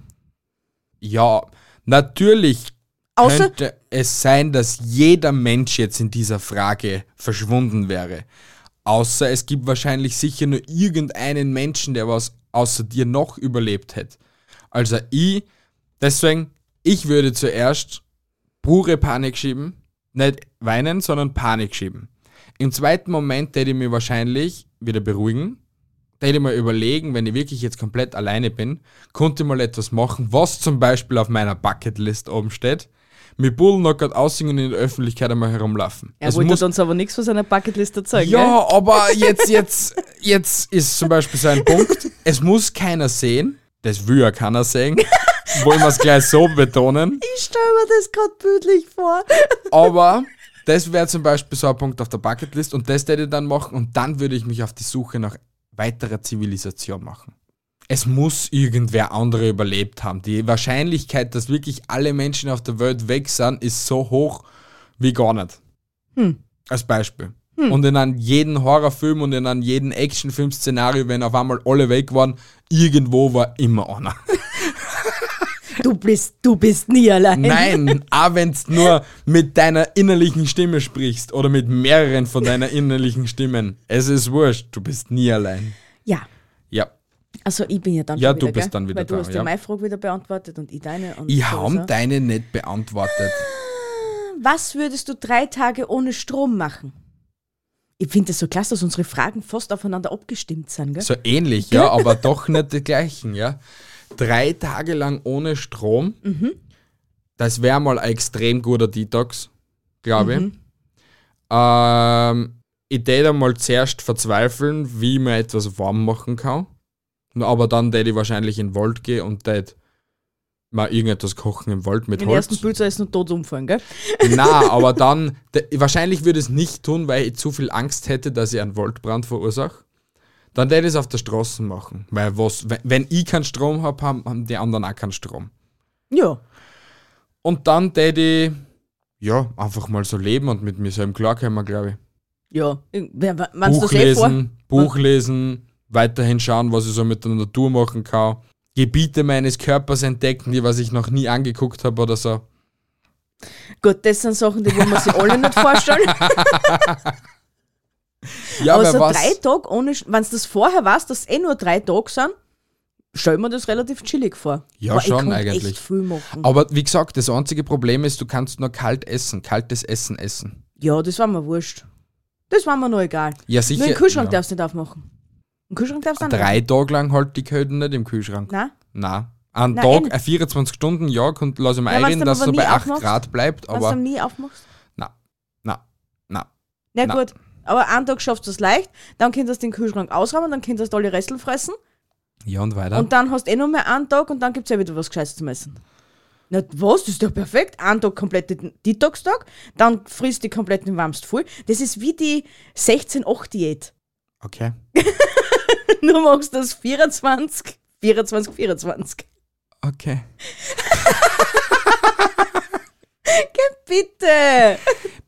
Speaker 1: ja, natürlich
Speaker 2: Außer-
Speaker 1: könnte es sein, dass jeder Mensch jetzt in dieser Frage verschwunden wäre. Außer es gibt wahrscheinlich sicher nur irgendeinen Menschen, der was außer dir noch überlebt hätte. Also ich, deswegen, ich würde zuerst pure Panik schieben. Nicht weinen, sondern Panik schieben. Im zweiten Moment hätte ich mich wahrscheinlich wieder beruhigen. Da hätte ich mal überlegen, wenn ich wirklich jetzt komplett alleine bin, konnte ich mal etwas machen, was zum Beispiel auf meiner Bucketlist oben steht. Mit Bullnockert aussingen und in der Öffentlichkeit einmal herumlaufen.
Speaker 2: Er
Speaker 1: Es
Speaker 2: wollte
Speaker 1: muss-
Speaker 2: uns aber nichts von seiner Bucketlist erzeugen.
Speaker 1: ja, aber jetzt, jetzt, jetzt ist zum Beispiel so ein Punkt, es muss keiner sehen, das will ja keiner sehen, wollen wir es gleich so betonen,
Speaker 2: Ich stelle mir das gerade bildlich vor.
Speaker 1: aber das wäre zum Beispiel so ein Punkt auf der Bucketlist und das hätte ich dann machen und dann würde ich mich auf die Suche nach weiterer Zivilisation machen. Es muss irgendwer andere überlebt haben. Die Wahrscheinlichkeit, dass wirklich alle Menschen auf der Welt weg sind, ist so hoch wie gar nicht.
Speaker 2: Hm.
Speaker 1: Als Beispiel. Und in an jeden Horrorfilm und in an jeden Actionfilm-Szenario, wenn auf einmal alle weg waren, irgendwo war immer einer.
Speaker 2: Du bist, du bist nie allein.
Speaker 1: Nein, auch wenn du nur mit deiner innerlichen Stimme sprichst oder mit mehreren von deiner innerlichen Stimmen. Es ist wurscht, du bist nie allein.
Speaker 2: Ja.
Speaker 1: Ja.
Speaker 2: Also ich bin ja dann
Speaker 1: Ja,
Speaker 2: schon wieder,
Speaker 1: du bist
Speaker 2: gell?
Speaker 1: dann wieder
Speaker 2: Weil du
Speaker 1: da,
Speaker 2: hast
Speaker 1: ja.
Speaker 2: ja meine Frage wieder beantwortet und ich deine. Und
Speaker 1: Ich
Speaker 2: so,
Speaker 1: habe
Speaker 2: so. Ah,
Speaker 1: deine nicht beantwortet.
Speaker 2: Was würdest du drei Tage ohne Strom machen? Ich finde das so klasse, dass unsere Fragen fast aufeinander abgestimmt sind, gell?
Speaker 1: So ähnlich, ja, aber doch nicht die gleichen, ja. Drei Tage lang ohne Strom, das wäre mal ein extrem guter Detox, glaube ich. Ähm, ich täte mal zuerst verzweifeln, wie man etwas warm machen kann. Na, Aber dann täte ich wahrscheinlich in den Wald gehen und täte mal irgendetwas kochen im Wald mit
Speaker 2: Den
Speaker 1: Holz.
Speaker 2: ersten Pulsar ist noch tot umfallen, gell?
Speaker 1: Na, aber dann, de- wahrscheinlich würde ich es nicht tun, weil ich zu viel Angst hätte, dass ich einen Waldbrand verursache. Dann würde ich es auf der Straße machen. Weil was, we- wenn ich keinen Strom habe, haben, haben die anderen auch keinen Strom.
Speaker 2: Ja.
Speaker 1: Und dann würde ich, ja, einfach mal so leben und mit mir selber klarkommen, glaube ich.
Speaker 2: Ja. Wenn du
Speaker 1: Buch
Speaker 2: das eh vor.
Speaker 1: lesen, Buch lesen, weiterhin schauen, was ich so mit der Natur machen kann. Gebiete meines Körpers entdecken, die was ich noch nie angeguckt habe oder so.
Speaker 2: Gut, das sind Sachen, die wollen wir sich alle nicht vorstellen.
Speaker 1: Ja,
Speaker 2: aber so
Speaker 1: wer was?
Speaker 2: drei Tage ohne, wenn du das vorher weißt, dass es eh nur drei Tage sind, stell mir das relativ chillig vor.
Speaker 1: Ja,
Speaker 2: Boah,
Speaker 1: schon
Speaker 2: ich kann
Speaker 1: eigentlich.
Speaker 2: Echt viel machen.
Speaker 1: Aber wie gesagt, das einzige Problem ist, du kannst nur kalt essen, kaltes Essen essen.
Speaker 2: ja, das war mir wurscht. Das war mir noch egal.
Speaker 1: Ja, sicher.
Speaker 2: Nur den Kühlschrank
Speaker 1: ja.
Speaker 2: darfst du nicht aufmachen. Den Kühlschrank darfst du nicht
Speaker 1: Drei Tage lang halt die Köden nicht im Kühlschrank.
Speaker 2: Nein?
Speaker 1: Nein. Einen
Speaker 2: Nein,
Speaker 1: Tag,
Speaker 2: eben.
Speaker 1: äh, 24 Stunden, ja, und lass ihm
Speaker 2: eh Ja, wenn's
Speaker 1: eingehen,
Speaker 2: dann
Speaker 1: dass
Speaker 2: aber
Speaker 1: er
Speaker 2: nie
Speaker 1: bei 8
Speaker 2: aufmachst,
Speaker 1: Grad bleibt,
Speaker 2: Wenn du
Speaker 1: aber
Speaker 2: dann nie aufmachst?
Speaker 1: na, na, na.
Speaker 2: Na
Speaker 1: Nein.
Speaker 2: gut. Aber einen Tag schaffst du es leicht, dann kannst du den Kühlschrank ausräumen, dann kannst du alle Restel fressen
Speaker 1: Ja, und weiter.
Speaker 2: und dann hast du eh noch mehr einen Tag und dann gibt es ja wieder was Gescheites zum Essen. Na was, das ist doch perfekt. Einen Tag komplett den Detox-Tag, dann frisst du komplett den Wamst voll. Das ist wie die 16-8-Diät.
Speaker 1: okay.
Speaker 2: Nur machst du das 24, 24, 24.
Speaker 1: Okay.
Speaker 2: Bitte!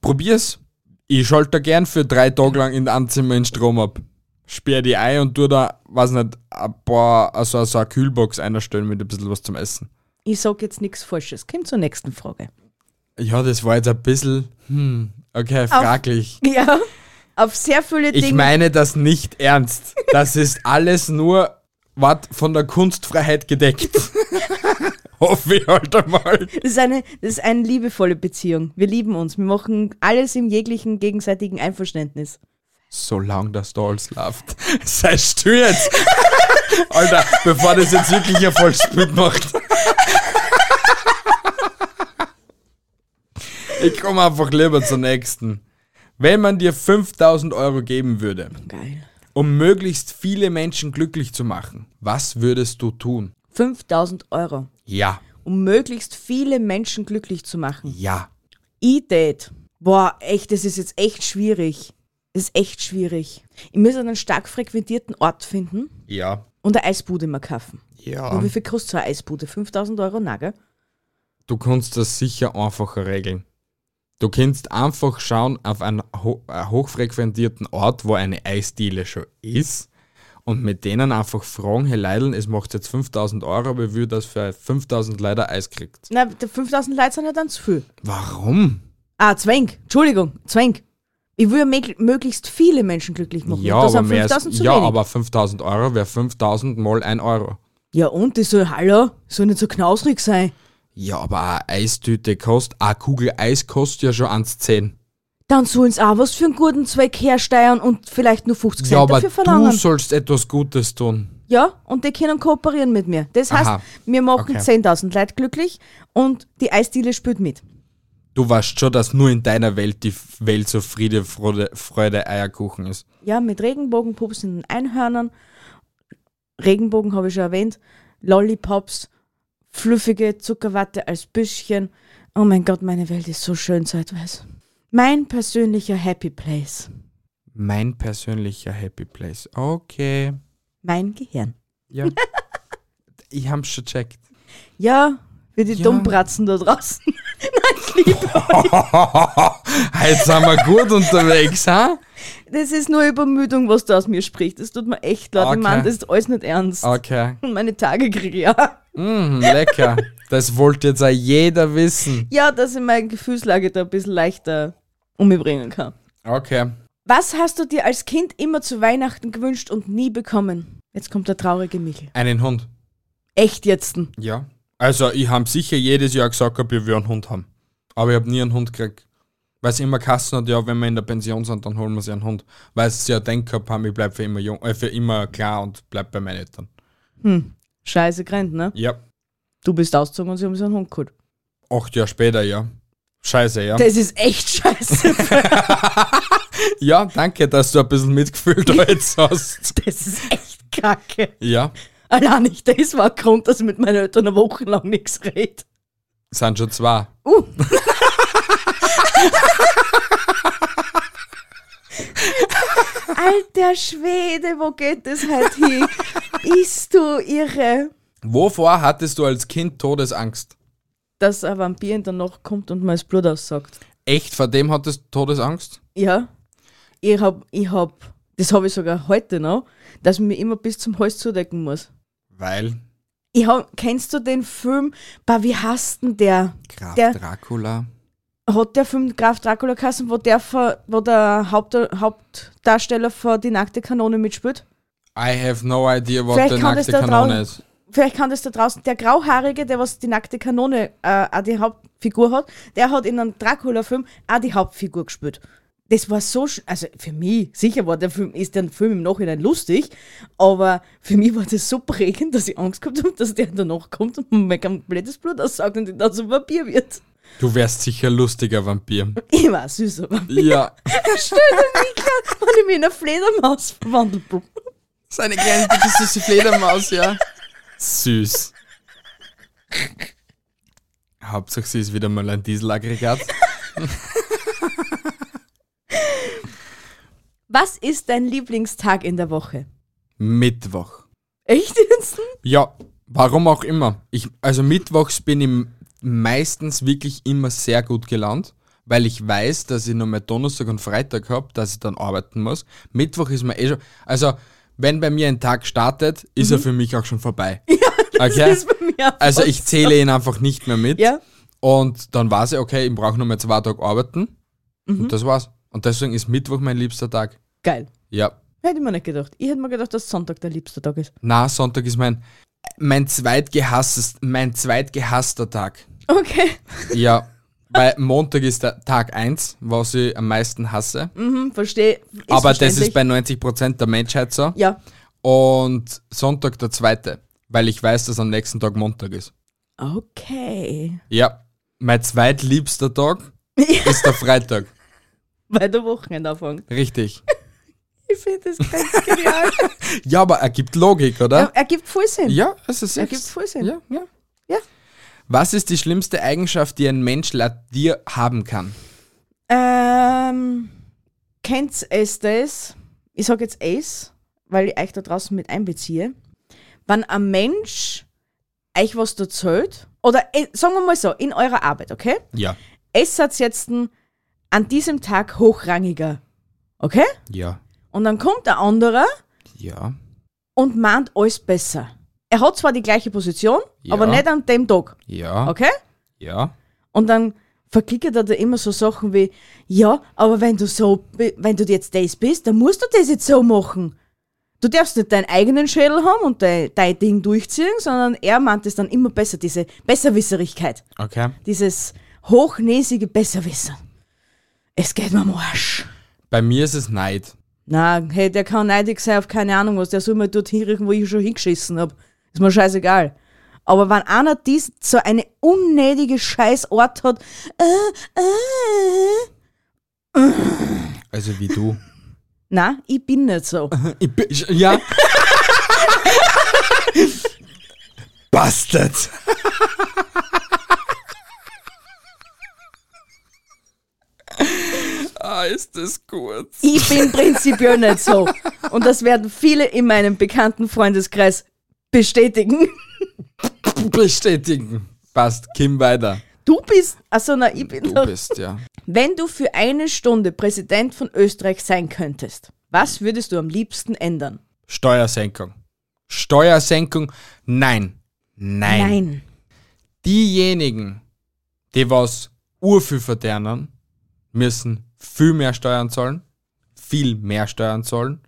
Speaker 1: Probier's. Ich schalte da gern für drei Tage lang in einem Zimmer den Strom ab. Sperr die ein und tu da, weiß nicht, ein paar, also, also eine Kühlbox einstellen mit ein bisschen was zum Essen.
Speaker 2: Ich sag jetzt nichts Falsches. Komm zur nächsten Frage.
Speaker 1: Ja, das war jetzt ein bisschen, hm, okay, fraglich.
Speaker 2: Ja. Auf sehr viele
Speaker 1: Ich
Speaker 2: Dinge.
Speaker 1: meine das nicht ernst. Das ist alles nur was von der Kunstfreiheit gedeckt. Hoffe ich halt einmal.
Speaker 2: Das ist, eine, das ist eine liebevolle Beziehung. Wir lieben uns. Wir machen alles im jeglichen gegenseitigen Einverständnis.
Speaker 1: Solange das da alles läuft. Sei still jetzt. Alter, bevor das jetzt wirklich ein Vollspült macht. Ich komme einfach lieber zur nächsten. Wenn man dir 5000 Euro geben würde,
Speaker 2: Geil.
Speaker 1: um möglichst viele Menschen glücklich zu machen, was würdest du tun?
Speaker 2: 5000 Euro,
Speaker 1: Ja,
Speaker 2: um möglichst viele Menschen glücklich zu machen.
Speaker 1: ja.
Speaker 2: E-Date. Boah, echt, das ist jetzt echt schwierig. Das ist echt schwierig. Ich muss einen stark frequentierten Ort finden
Speaker 1: Ja.
Speaker 2: und eine Eisbude mal kaufen.
Speaker 1: Ja.
Speaker 2: Und wie viel kostet so eine Eisbude? 5000 Euro? Na, gell?
Speaker 1: Du kannst das sicher einfacher regeln. Du kannst einfach äh, schauen auf einen, ho einen hochfrequentierten Ort, wo eine Eisdiele schon ist und mit denen einfach fragen, hey Leideln, es macht jetzt 5000 Euro, aber ich will, dass für 5000 Leider Eis kriegt.
Speaker 2: Na, die 5000 Leute sind ja dann zu viel.
Speaker 1: Warum?
Speaker 2: Ah, Zwang. Entschuldigung, Zwang. Ich will ja mög- möglichst viele Menschen glücklich machen.
Speaker 1: Ja,
Speaker 2: Und da
Speaker 1: aber,
Speaker 2: sind
Speaker 1: mehr als,
Speaker 2: 5000 zu
Speaker 1: ja
Speaker 2: wenig.
Speaker 1: aber 5000 Euro wäre 5000 mal 1 Euro.
Speaker 2: ja, und das soll, hallo, soll nicht so knausrig sein.
Speaker 1: Ja, aber eine Eistüte kostet, eine Kugel Eis kostet ja schon 1,10.
Speaker 2: Dann sollen sie auch was für einen guten Zweck hersteuern und vielleicht nur 50
Speaker 1: Ja,
Speaker 2: Cent
Speaker 1: aber
Speaker 2: dafür
Speaker 1: du
Speaker 2: verlangen.
Speaker 1: sollst etwas Gutes tun.
Speaker 2: Ja, und die können kooperieren mit mir. Das heißt,
Speaker 1: Aha.
Speaker 2: wir machen
Speaker 1: Okay.
Speaker 2: 10.000 Leute glücklich und die Eisdiele spielt mit.
Speaker 1: Du weißt schon, dass nur in deiner Welt die Welt so Friede, Freude, Freude Eierkuchen ist.
Speaker 2: Ja, mit Regenbogenpups in den Einhörnern. Regenbogen habe ich schon erwähnt. Lollipops, fluffige Zuckerwatte als Büschchen. Oh mein Gott, meine Welt ist so schön zeitweise. Mein persönlicher Happy Place.
Speaker 1: Mein persönlicher Happy Place. Okay.
Speaker 2: Mein Gehirn.
Speaker 1: Ja. ich hab's schon checkt.
Speaker 2: Ja, wie die
Speaker 1: Ja.
Speaker 2: Dummbratzen da draußen.
Speaker 1: Heute sind wir gut unterwegs, ha?
Speaker 2: Das ist nur Übermüdung, was da aus mir spricht. Das tut mir echt leid.
Speaker 1: Okay. Ah.
Speaker 2: Ich meine, das ist alles nicht ernst.
Speaker 1: Okay.
Speaker 2: Und meine Tage kriege ich auch.
Speaker 1: Mm, lecker. Das wollte jetzt auch jeder wissen.
Speaker 2: Ja, dass ich meine Gefühlslage da ein bisschen leichter umbringen kann.
Speaker 1: Okay.
Speaker 2: Was hast du dir als Kind immer zu Weihnachten gewünscht und nie bekommen? Jetzt kommt der traurige Michel.
Speaker 1: Einen Hund.
Speaker 2: Echt jetzt?
Speaker 1: Ja. Also, ich habe sicher jedes Jahr gesagt, gehabt, ich will einen Hund haben. Aber ich habe nie einen Hund gekriegt. Weil es immer Kassen hat, ja, wenn wir in der Pension sind, dann holen wir sich einen Hund. Weil sie ja denkt gehabt haben, ich bleib für immer jung, äh, für immer klar und bleib bei meinen Eltern.
Speaker 2: Scheiße, Grenz, ne?
Speaker 1: Ja.
Speaker 2: Du bist ausgezogen und sie haben so einen Hund geholt.
Speaker 1: Acht Jahre später, ja. Scheiße, ja.
Speaker 2: Das ist echt scheiße.
Speaker 1: Ja, danke, dass du ein bisschen mitgefühlt jetzt hast.
Speaker 2: Das ist echt kacke.
Speaker 1: Ja,
Speaker 2: Allein nicht das war ein Grund, dass ich mit meinen Eltern eine Woche lang nichts rede.
Speaker 1: sind schon zwei.
Speaker 2: Uh. Alter Schwede, wo geht das halt hin? Ist du irre?
Speaker 1: Wovor hattest du als Kind Todesangst?
Speaker 2: Dass ein Vampir in der Nacht kommt und mir das Blut aussaugt.
Speaker 1: Echt, vor dem hattest du Todesangst?
Speaker 2: Ja. Ich hab, ich hab, das habe ich sogar heute noch, dass man mich immer bis zum Hals zudecken muss.
Speaker 1: Weil
Speaker 2: Ich hab, kennst du den Film, bah, wie heißt denn der?
Speaker 1: Graf
Speaker 2: Der-
Speaker 1: Dracula.
Speaker 2: Hat der Film Graf Dracula kassen, wo der, ver- wo der Haupt, Hauptdarsteller von Die nackte Kanone mitspielt?
Speaker 1: I have no idea, what
Speaker 2: Vielleicht
Speaker 1: the
Speaker 2: kann das
Speaker 1: nackte
Speaker 2: da
Speaker 1: Kanone
Speaker 2: drau-
Speaker 1: ist.
Speaker 2: Vielleicht kann das da draußen, der Grauhaarige, der was die nackte Kanone äh, auch die Hauptfigur hat, der hat in einem Dracula-Film auch die Hauptfigur gespielt. Das war so, sch- also für mich, sicher war der Film, ist der Film im Nachhinein lustig, aber für mich war das so prägend, dass ich Angst gehabt habe, dass der danach kommt und mir mein komplettes Blut aussaugt und ich dann zum Vampir wird.
Speaker 1: Du wärst sicher lustiger Vampir.
Speaker 2: Ich war ein süßer Vampir.
Speaker 1: ja.
Speaker 2: Stell dir nicht wenn ich mich in eine Fledermaus verwandelt bin.
Speaker 1: So eine kleine dicke süße Fledermaus, ja. Süß. Hauptsache sie ist wieder mal ein Dieselaggregat.
Speaker 2: Was ist dein Lieblingstag in der Woche?
Speaker 1: Mittwoch.
Speaker 2: Echt jetzt?
Speaker 1: Ja, warum auch immer. Ich, also mittwochs bin ich meistens wirklich immer sehr gut gelaunt, weil ich weiß, dass ich nochmal Donnerstag und Freitag habe, dass ich dann arbeiten muss. Mittwoch ist mir eh schon. Also, wenn bei mir ein Tag startet, ist er für mich auch schon vorbei. okay?
Speaker 2: Das ist bei mir auch
Speaker 1: also
Speaker 2: fast
Speaker 1: ich zähle ihn einfach nicht mehr mit.
Speaker 2: Ja.
Speaker 1: Und dann weiß ich, okay, ich brauche nochmal zwei Tage arbeiten.
Speaker 2: Mhm.
Speaker 1: Und das war's. Und deswegen ist Mittwoch mein liebster Tag.
Speaker 2: Geil.
Speaker 1: Ja.
Speaker 2: Hätte ich mir nicht gedacht. Ich hätte mir gedacht, dass Sonntag der liebste Tag ist.
Speaker 1: Na, Sonntag ist mein, mein, zweitgehasstes, mein zweitgehasster Tag.
Speaker 2: Okay.
Speaker 1: Ja, weil Montag ist der Tag 1, was ich am meisten hasse.
Speaker 2: Mhm, verstehe. Ist
Speaker 1: Aber das ist
Speaker 2: verständlich.
Speaker 1: bei 90% der Menschheit so.
Speaker 2: Ja.
Speaker 1: Und Sonntag der zweite, weil ich weiß, dass am nächsten Tag Montag ist.
Speaker 2: Okay.
Speaker 1: Ja, mein zweitliebster Tag ist der Freitag.
Speaker 2: Weil der Wochenende anfängt.
Speaker 1: Richtig.
Speaker 2: Ich finde das ganz genial.
Speaker 1: Ja, aber ergibt Logik,
Speaker 2: er,
Speaker 1: oder?
Speaker 2: er gibt voll Sinn.
Speaker 1: Ja, es ist
Speaker 2: Er gibt voll Sinn.
Speaker 1: Ja, ja.
Speaker 2: Ja.
Speaker 1: Was ist die schlimmste Eigenschaft, die ein Mensch laut dir haben kann?
Speaker 2: Ähm, kennt es das? Ich sage jetzt es, weil ich euch da draußen mit einbeziehe. Wenn ein Mensch euch was erzählt, oder äh, sagen wir mal so, in eurer Arbeit, okay?
Speaker 1: Ja.
Speaker 2: Es hat jetzt ein, an diesem Tag hochrangiger, okay?
Speaker 1: Ja.
Speaker 2: Und dann kommt der andere
Speaker 1: Ja.
Speaker 2: und meint alles besser. Er hat zwar die gleiche Position,
Speaker 1: Ja.
Speaker 2: aber nicht an dem Tag.
Speaker 1: Ja.
Speaker 2: Okay?
Speaker 1: Ja.
Speaker 2: Und dann verklickert er da immer so Sachen wie, ja, aber wenn du so, bi- wenn du jetzt das bist, dann musst du das jetzt so machen. Du darfst nicht deinen eigenen Schädel haben und dein, dein Ding durchziehen, sondern er meint es dann immer besser, diese Besserwisserigkeit.
Speaker 1: Okay.
Speaker 2: Dieses hochnäsige Besserwissen. Es geht mir am Arsch.
Speaker 1: Bei mir ist es Neid.
Speaker 2: Na, hey, der kann neidig sein auf keine Ahnung was. Der soll mir dort hinrichten, wo ich schon hingeschissen hab. Ist mir scheißegal. Aber wenn einer dies so eine unnötige Scheißort hat, äh, äh,
Speaker 1: Also wie du.
Speaker 2: na, ich bin nicht so.
Speaker 1: Ich bin, ich, ja. Bastard. ah, ist das gut.
Speaker 2: Ich bin prinzipiell nicht so. Und das werden viele in meinem bekannten Freundeskreis bestätigen.
Speaker 1: Bestätigen. Passt. Kim weiter.
Speaker 2: Du bist, also na, ich bin
Speaker 1: Du bist, ja.
Speaker 2: Wenn du für eine Stunde Präsident von Österreich sein könntest, was würdest du am liebsten ändern?
Speaker 1: Steuersenkung. Steuersenkung? Nein. Nein.
Speaker 2: Nein.
Speaker 1: Diejenigen, die was urviel verdienen, müssen viel mehr Steuern zahlen. Viel mehr Steuern zahlen.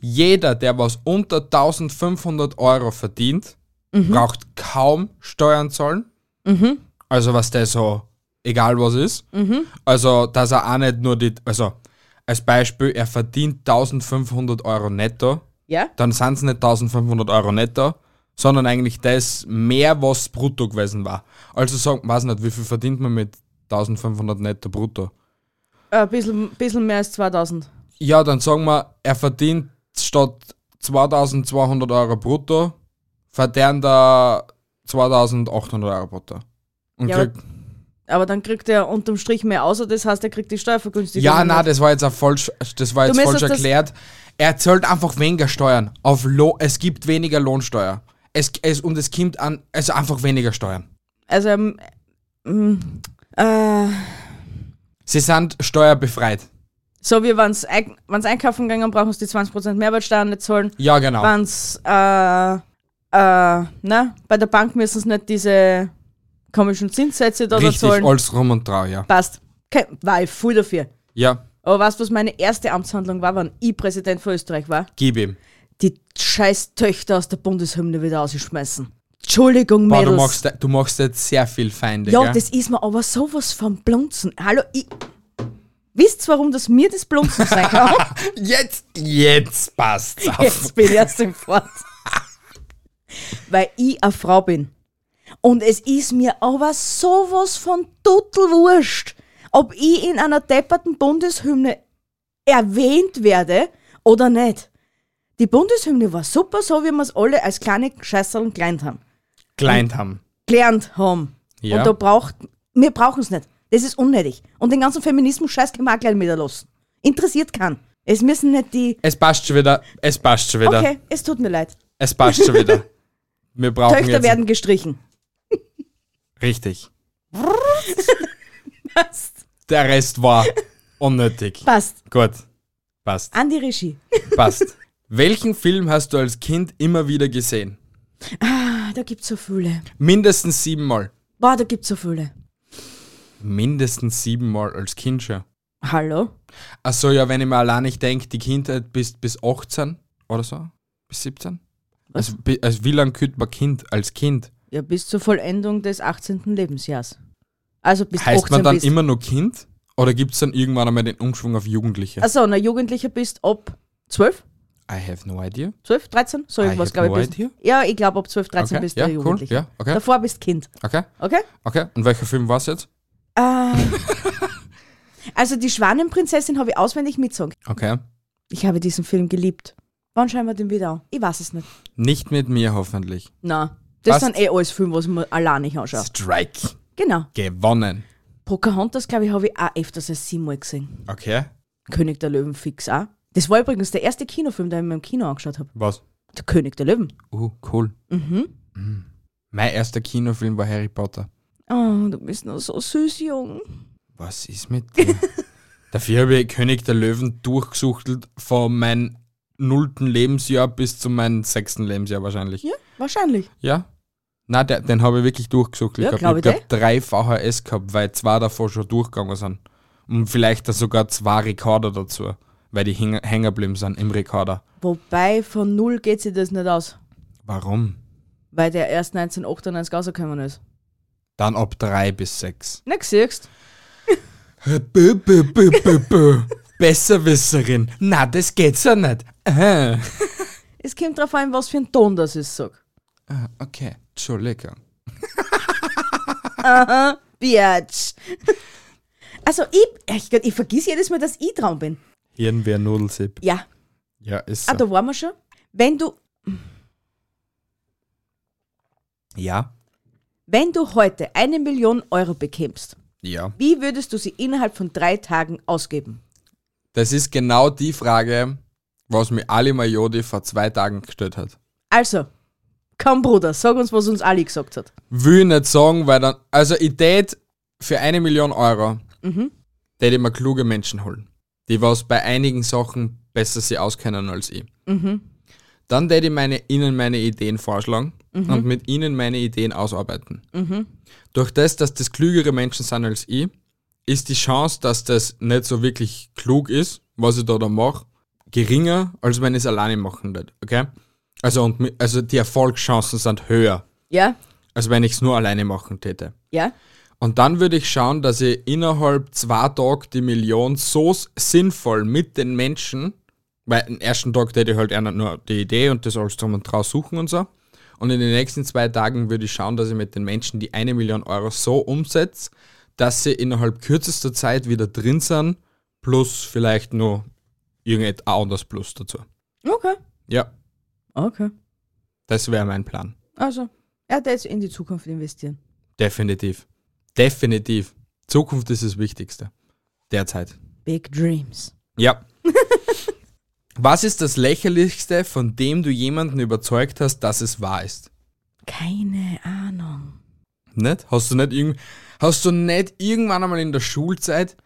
Speaker 1: Jeder, der was unter 1500 Euro verdient, braucht kaum Steuern zahlen. Also was der so, egal was ist. Also, dass er auch nicht nur die, also als Beispiel, er verdient 1500 Euro netto
Speaker 2: Ja?
Speaker 1: dann sind es nicht 1500 Euro netto, sondern eigentlich das mehr, was brutto gewesen war. Also sagen, weiß nicht, wie viel verdient man mit 1500 netto brutto?
Speaker 2: Ein bisschen, bisschen mehr als 2000.
Speaker 1: Ja, dann sagen wir, er verdient statt 2200 Euro brutto, verdient er 2800 Euro brutto. Und
Speaker 2: Ja,
Speaker 1: ja, kriegt,
Speaker 2: Aber dann kriegt er unterm Strich mehr, außer das heißt, er kriegt die Steuervergünstigung.
Speaker 1: ja
Speaker 2: nicht.
Speaker 1: nein, das war jetzt, auch falsch, das war jetzt
Speaker 2: müsstest
Speaker 1: falsch
Speaker 2: das-
Speaker 1: erklärt. Er zahlt einfach weniger Steuern. Auf Lo es gibt weniger Lohnsteuer. Es, es, und es kommt an, also einfach weniger Steuern.
Speaker 2: Also, ähm, ähm, äh,
Speaker 1: Sie sind steuerbefreit.
Speaker 2: so wie wenn es einkaufen gegangen brauchen sie die 20% Mehrwertsteuer nicht zahlen.
Speaker 1: Ja, genau.
Speaker 2: Wenn es, äh, äh, na, bei der Bank müssen sie nicht diese komischen Zinssätze da, da
Speaker 1: Richtig,
Speaker 2: zahlen.
Speaker 1: alles rum und drau, ja.
Speaker 2: Passt. Ke- War ich voll dafür.
Speaker 1: Ja,
Speaker 2: Aber weißt du, was meine erste Amtshandlung war, wenn ich Präsident von Österreich war?
Speaker 1: gib ihm.
Speaker 2: Die scheiß Töchter aus der Bundeshymne wieder rausschmeißen. Entschuldigung,
Speaker 1: Boah,
Speaker 2: Mädels.
Speaker 1: du, machst, du machst jetzt sehr viel Feinde,
Speaker 2: Ja,
Speaker 1: gell?
Speaker 2: das ist mir aber sowas vom Blunzen. Hallo, ich. Wisst warum das mir das Blunzen sein kann?
Speaker 1: jetzt, jetzt passt's auf.
Speaker 2: Jetzt bin ich erst im Fort. Weil ich eine Frau bin. Und es ist mir aber sowas von Tuttelwurscht, ob ich in einer depperten Bundeshymne erwähnt werde oder nicht. Die Bundeshymne war super, so wie wir es alle als kleine Scheißerl gelernt haben.
Speaker 1: Kleint haben.
Speaker 2: Gelernt haben.
Speaker 1: Ja.
Speaker 2: Und da braucht, wir brauchen es nicht. Das ist unnötig. Und den ganzen Feminismus-Scheiß können wir auch gleich wieder lassen. Interessiert keinen. Es müssen nicht die,
Speaker 1: Es passt schon wieder, es passt schon wieder,
Speaker 2: okay, es tut mir leid.
Speaker 1: es passt schon wieder. Wir brauchen
Speaker 2: Töchter
Speaker 1: jetzt...
Speaker 2: werden gestrichen.
Speaker 1: Richtig. Der Rest war unnötig.
Speaker 2: Passt.
Speaker 1: Gut, passt,
Speaker 2: An die Regie.
Speaker 1: passt. Welchen Film hast du als Kind immer wieder gesehen?
Speaker 2: Ah, da gibt's so viele.
Speaker 1: Mindestens siebenmal.
Speaker 2: Boah, da gibt's so viele.
Speaker 1: Mindestens siebenmal als Kind schon.
Speaker 2: Hallo?
Speaker 1: Achso, ja, wenn ich mir allein nicht denke, die Kindheit bis, bis 18 oder so, bis 17. Also, bi- also wie lange kühlt man Kind als Kind?
Speaker 2: Ja, bis zur Vollendung des 18. Lebensjahrs. Also bis
Speaker 1: Heißt
Speaker 2: 18
Speaker 1: man dann
Speaker 2: bist.
Speaker 1: immer nur Kind? Oder gibt es dann irgendwann einmal den Umschwung auf Jugendliche?
Speaker 2: Achso, na, Jugendlicher bist ab 12?
Speaker 1: I have no idea.
Speaker 2: 12, 13? So
Speaker 1: I
Speaker 2: irgendwas,
Speaker 1: have
Speaker 2: glaube
Speaker 1: no
Speaker 2: ich. Bist.
Speaker 1: idea.
Speaker 2: Ja, ich glaube ab 12, 13
Speaker 1: Okay,
Speaker 2: bist du
Speaker 1: ja,
Speaker 2: der
Speaker 1: cool,
Speaker 2: Jugendliche.
Speaker 1: ja, okay.
Speaker 2: Davor bist Kind.
Speaker 1: Okay,
Speaker 2: Okay?
Speaker 1: okay. Und welcher Film war es jetzt?
Speaker 2: Äh, also die Schwanenprinzessin habe ich auswendig mitgesungen.
Speaker 1: Okay.
Speaker 2: Ich habe diesen Film geliebt. Wann schauen wir den wieder an? Ich weiß es nicht.
Speaker 1: Nicht mit mir hoffentlich.
Speaker 2: Na, das
Speaker 1: Passt.
Speaker 2: sind eh alles Filme, was ich mir allein nicht anschaue.
Speaker 1: Strike.
Speaker 2: Genau.
Speaker 1: Gewonnen.
Speaker 2: Pocahontas, glaube ich, habe ich auch öfters als siebenmal gesehen.
Speaker 1: Okay.
Speaker 2: König der Löwen fix auch. Das war übrigens der erste Kinofilm, den ich mir im Kino angeschaut habe.
Speaker 1: Was?
Speaker 2: Der König der Löwen.
Speaker 1: Uh, cool. Mhm. Mein erster Kinofilm war Harry Potter.
Speaker 2: Oh, du bist noch so süß, Jung.
Speaker 1: Was ist mit dir? Dafür habe ich König der Löwen durchgesuchtelt von meinem nullten Lebensjahr bis zu meinem sechsten Lebensjahr wahrscheinlich. Ja?
Speaker 2: Ja, wahrscheinlich.
Speaker 1: Na, der, den habe ich wirklich durchgesucht.
Speaker 2: Ja,
Speaker 1: gehabt.
Speaker 2: glaub
Speaker 1: ich
Speaker 2: ich
Speaker 1: habe drei VHS gehabt, weil zwei davon schon durchgegangen sind. Und vielleicht da sogar zwei Rekorder dazu, weil die häng- hängen geblieben sind im Rekorder.
Speaker 2: Wobei von null geht sich das nicht aus,
Speaker 1: Warum?
Speaker 2: weil der erst 1998 rausgekommen ist.
Speaker 1: Dann ab drei bis sechs.
Speaker 2: Na, siehst
Speaker 1: Bö, bö, bö, bö, bö. Besserwisserin. Na, das geht's ja nicht. Äh.
Speaker 2: Es kommt drauf an, was für ein Ton das ist, sag.
Speaker 1: Ah, Okay, Entschuldigung.
Speaker 2: Biatch. Also ich, ich, ich vergiss jedes Mal, dass ich dran bin.
Speaker 1: Hirn wäre Nudelsipp.
Speaker 2: Ja,
Speaker 1: Ja, ist
Speaker 2: ah, da waren wir schon. Wenn du,
Speaker 1: Ja.
Speaker 2: wenn du heute eine Million Euro bekämst,
Speaker 1: Ja.
Speaker 2: wie würdest du sie innerhalb von drei Tagen ausgeben?
Speaker 1: Das ist genau die Frage, was mir Ali Majodi vor zwei Tagen gestellt hat.
Speaker 2: Also, komm Bruder, sag uns, was uns Ali gesagt hat.
Speaker 1: Will ich nicht sagen, weil dann. Also, ich tät für eine Million Euro, tät ich mir kluge Menschen holen, die was bei einigen Sachen besser sie auskennen als ich. Dann tät ich meine, ihnen meine Ideen vorschlagen und mit ihnen meine Ideen ausarbeiten. Durch das, dass das klügere Menschen sind als ich, ist die Chance, dass das nicht so wirklich klug ist, was ich da da mache, geringer, als wenn ich es alleine machen würde. Okay? Also, und, mi- also die Erfolgschancen sind höher
Speaker 2: Ja,
Speaker 1: als wenn ich es nur alleine machen täte.
Speaker 2: ja,
Speaker 1: Und dann würde ich schauen, dass ich innerhalb zwei Tagen die Million so s- sinnvoll mit den Menschen, weil den ersten Tag täte ich halt einer nur die Idee und das alles drum und draus suchen und so. Und in den nächsten zwei Tagen würde ich schauen, dass ich mit den Menschen die eine Million Euro so umsetze, dass sie innerhalb kürzester Zeit wieder drin sind, plus vielleicht nur irgendetwas anderes Plus dazu.
Speaker 2: okay,
Speaker 1: Ja,
Speaker 2: okay.
Speaker 1: das wäre mein Plan.
Speaker 2: Also, er hat jetzt in die Zukunft investieren.
Speaker 1: Definitiv. Definitiv. Zukunft ist das Wichtigste. Derzeit.
Speaker 2: Big Dreams.
Speaker 1: Ja. Was ist das Lächerlichste, von dem du jemanden überzeugt hast, dass es wahr ist?
Speaker 2: Keine Ahnung.
Speaker 1: Nicht? Hast du nicht, irgend, hast du nicht irgendwann einmal in der Schulzeit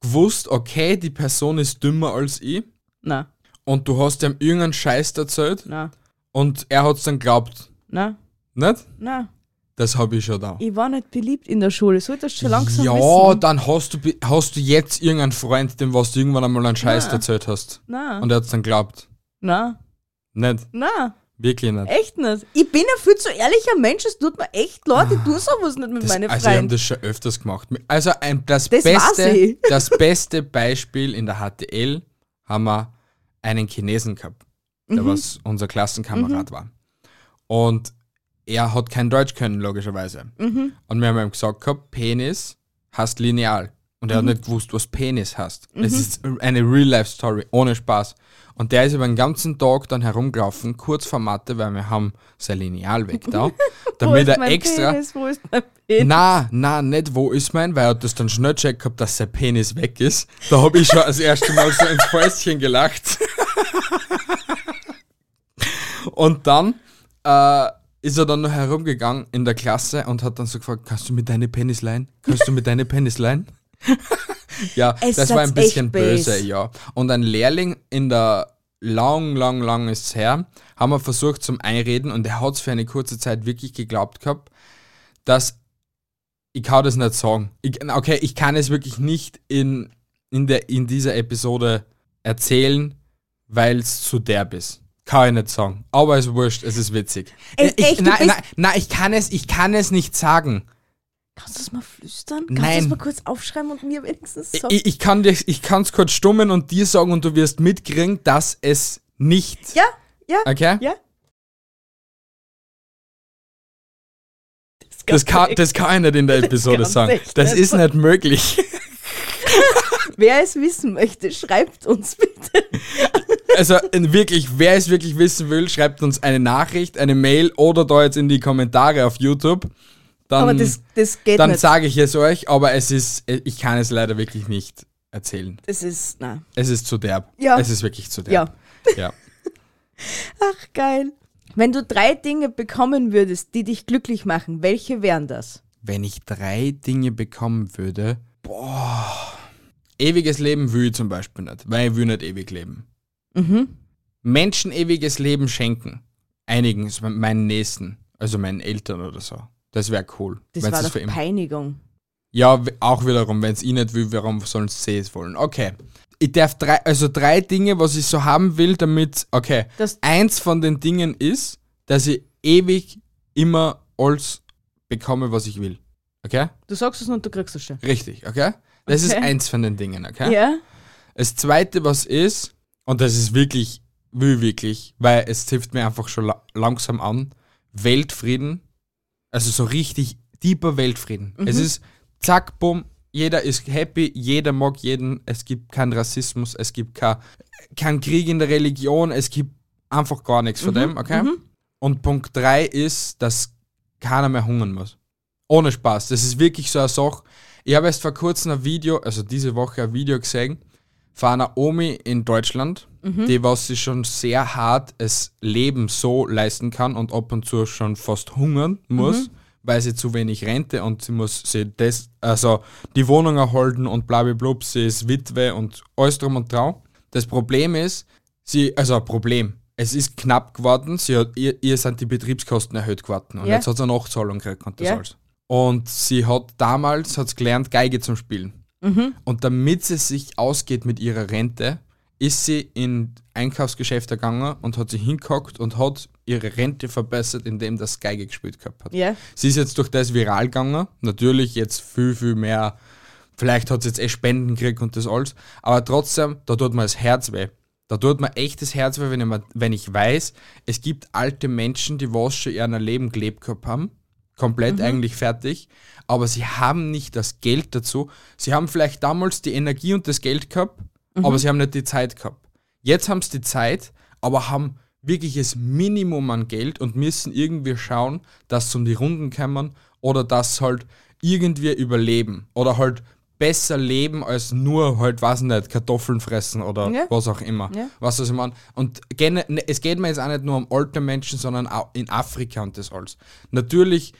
Speaker 1: gewusst, okay, die Person ist dümmer als ich
Speaker 2: Na,
Speaker 1: und du hast ihm irgendeinen Scheiß erzählt
Speaker 2: na,
Speaker 1: und er hat es dann geglaubt?
Speaker 2: na,
Speaker 1: Nicht?
Speaker 2: na.
Speaker 1: Das habe ich schon da.
Speaker 2: Ich war nicht beliebt in der Schule. Solltest du schon langsam
Speaker 1: ja,
Speaker 2: wissen.
Speaker 1: dann hast du, be- hast du jetzt irgendeinen Freund, dem was du irgendwann einmal einen Scheiß
Speaker 2: Ja.
Speaker 1: erzählt hast.
Speaker 2: Na,
Speaker 1: Und er hat es dann geglaubt.
Speaker 2: na,
Speaker 1: Nicht,
Speaker 2: na.
Speaker 1: wirklich nicht.
Speaker 2: Echt nicht. Ich bin ein viel zu ehrlicher Mensch. Es tut mir echt leid. Ich tue sowas nicht mit
Speaker 1: Das,
Speaker 2: meinen
Speaker 1: also, ich habe
Speaker 2: Freunden.
Speaker 1: das schon öfters gemacht. Also, ein, das,
Speaker 2: Das weiß
Speaker 1: beste,
Speaker 2: ich.
Speaker 1: das beste Beispiel in der HTL haben wir einen Chinesen gehabt, der
Speaker 2: Mhm.
Speaker 1: was unser Klassenkamerad war. Und er hat kein Deutsch können, logischerweise.
Speaker 2: Mhm.
Speaker 1: Und wir haben ihm gesagt gehabt, Penis heißt lineal. Und
Speaker 2: Mhm.
Speaker 1: er hat nicht gewusst, was Penis heißt. Es ist eine Real-Life-Story, ohne Spaß. Und der ist über den ganzen Tag dann herumgelaufen, kurz vor Mathe, weil wir haben sein Lineal weg da,
Speaker 2: Wo
Speaker 1: damit
Speaker 2: ist
Speaker 1: er
Speaker 2: mein
Speaker 1: extra,
Speaker 2: Penis? Wo ist mein Penis?
Speaker 1: na, na, nicht wo ist mein, weil er hat das dann schnell checkt gehabt, dass sein Penis weg ist. Da habe ich schon das erste Mal so ins Fäustchen gelacht. Und dann äh, ist er dann noch herumgegangen in der Klasse und hat dann so gefragt, kannst du mir deine Penis leihen? Kannst du mir deine Penis leihen? ja,
Speaker 2: Es
Speaker 1: das war
Speaker 2: hat's
Speaker 1: ein bisschen
Speaker 2: echt böse.
Speaker 1: böse, ja. Und ein Lehrling in der lang, lang, lang ist her, haben wir versucht zum Einreden und er hat es für eine kurze Zeit wirklich geglaubt gehabt, dass ich kann das nicht sagen. Ich, okay, ich kann es wirklich nicht in, in, der, in dieser Episode erzählen, weil es zu derb ist. Kann ich nicht sagen. Aber es ist wurscht, es ist witzig.
Speaker 2: Ey,
Speaker 1: ich,
Speaker 2: echt, du
Speaker 1: nein,
Speaker 2: bist-
Speaker 1: nein, nein, ich kann es, ich kann es nicht sagen.
Speaker 2: Kannst du das mal flüstern? Kannst du
Speaker 1: Nein.
Speaker 2: das mal kurz aufschreiben und mir wenigstens sagen?
Speaker 1: Ich, ich kann dir, ich kann es kurz stummen und dir sagen und du wirst mitkriegen, dass es nicht.
Speaker 2: ja, ja,
Speaker 1: Okay?
Speaker 2: ja.
Speaker 1: Das kann, das kann ich nicht in der Episode
Speaker 2: kann's
Speaker 1: sagen.
Speaker 2: echt
Speaker 1: Das
Speaker 2: nicht
Speaker 1: ist nicht möglich.
Speaker 2: Wer es wissen möchte, schreibt uns bitte.
Speaker 1: Also in wirklich, wer es wirklich wissen will, schreibt uns eine Nachricht, eine Mail oder da jetzt in die Kommentare auf YouTube. Dann,
Speaker 2: Aber das, das geht
Speaker 1: dann
Speaker 2: nicht.
Speaker 1: sage ich es euch, aber es ist, ich kann es leider wirklich nicht erzählen.
Speaker 2: Das ist, na,
Speaker 1: Es ist zu derb.
Speaker 2: Ja.
Speaker 1: Es ist wirklich zu derb.
Speaker 2: ja.
Speaker 1: ja.
Speaker 2: Ach, geil. Wenn du drei Dinge bekommen würdest, die dich glücklich machen, welche wären das?
Speaker 1: Wenn ich drei Dinge bekommen würde, boah.
Speaker 2: Mhm.
Speaker 1: Ewiges Leben will ich zum Beispiel nicht, weil ich will nicht ewig leben. Menschen ewiges Leben schenken. Einigen, also meinen Nächsten, also meinen Eltern oder so. Das wäre cool.
Speaker 2: Das
Speaker 1: wenn's
Speaker 2: war doch
Speaker 1: für immer-
Speaker 2: Peinigung.
Speaker 1: Ja, w- auch wiederum, wenn es ich nicht will, warum sollen sie es wollen? Okay. Ich darf drei, also drei Dinge, was ich so haben will, damit, okay.
Speaker 2: Das-
Speaker 1: Eins von den Dingen ist, dass ich ewig immer alles bekomme, was ich will. Okay?
Speaker 2: Du sagst es und du kriegst es schon.
Speaker 1: Richtig, okay? Das ist
Speaker 2: Okay.
Speaker 1: eins von den Dingen, okay?
Speaker 2: Ja?
Speaker 1: Das zweite, was ist, und das ist wirklich, will wirklich, weil es hilft mir einfach schon la langsam an, Weltfrieden, also so richtig tiefer Weltfrieden. Es ist zack, bumm, jeder ist happy, jeder mag jeden, es gibt keinen Rassismus, es gibt kein, keinen Krieg in der Religion, es gibt einfach gar nichts von dem, okay? Und Punkt drei ist, dass keiner mehr hungern muss. Ohne Spaß. Das ist wirklich so eine Sache. Ich habe erst vor kurzem ein Video, also diese Woche ein Video gesehen, von einer Omi in Deutschland,
Speaker 2: Mhm.
Speaker 1: die was sie schon sehr hart es Leben so leisten kann und ab und zu schon fast hungern
Speaker 2: Mhm.
Speaker 1: muss, weil sie zu wenig Rente und sie muss sie das, also die Wohnung erhalten und blablablub, sie ist Witwe und alles drum und dran. Das Problem ist, sie, also ein Problem, es ist knapp geworden, sie hat, ihr, ihr sind die Betriebskosten erhöht geworden und
Speaker 2: Ja.
Speaker 1: jetzt hat sie eine Nachzahlung gekriegt und das
Speaker 2: Ja.
Speaker 1: alles. Und sie hat damals hat's gelernt, Geige zum Spielen. Und damit sie sich ausgeht mit ihrer Rente, ist sie in Einkaufsgeschäfte gegangen und hat sich hingehockt und hat ihre Rente verbessert, indem das Geige gespielt gehabt hat.
Speaker 2: Ja.
Speaker 1: Sie ist jetzt durch das viral gegangen. Natürlich jetzt viel, viel mehr. Vielleicht hat sie jetzt eh Spenden gekriegt und das alles. Aber trotzdem, da tut mir das Herz weh. Da tut mir echt das Herz weh, wenn ich, mir- wenn ich weiß, es gibt alte Menschen, die was schon ihr Leben gelebt gehabt haben. Komplett eigentlich fertig. Aber sie haben nicht das Geld dazu. Sie haben vielleicht damals die Energie und das Geld gehabt, aber sie haben nicht die Zeit gehabt. Jetzt haben sie die Zeit, aber haben wirkliches Minimum an Geld und müssen irgendwie schauen, dass sie um die Runden kommen oder dass sie halt irgendwie überleben oder halt besser leben als nur halt, weiß nicht, Kartoffeln fressen oder
Speaker 2: Ja.
Speaker 1: was auch immer.
Speaker 2: Ja.
Speaker 1: Weißt du, was ich meine? Und gene- ne, es geht mir jetzt auch nicht nur um alte Menschen, sondern auch in Afrika und das alles. Natürlich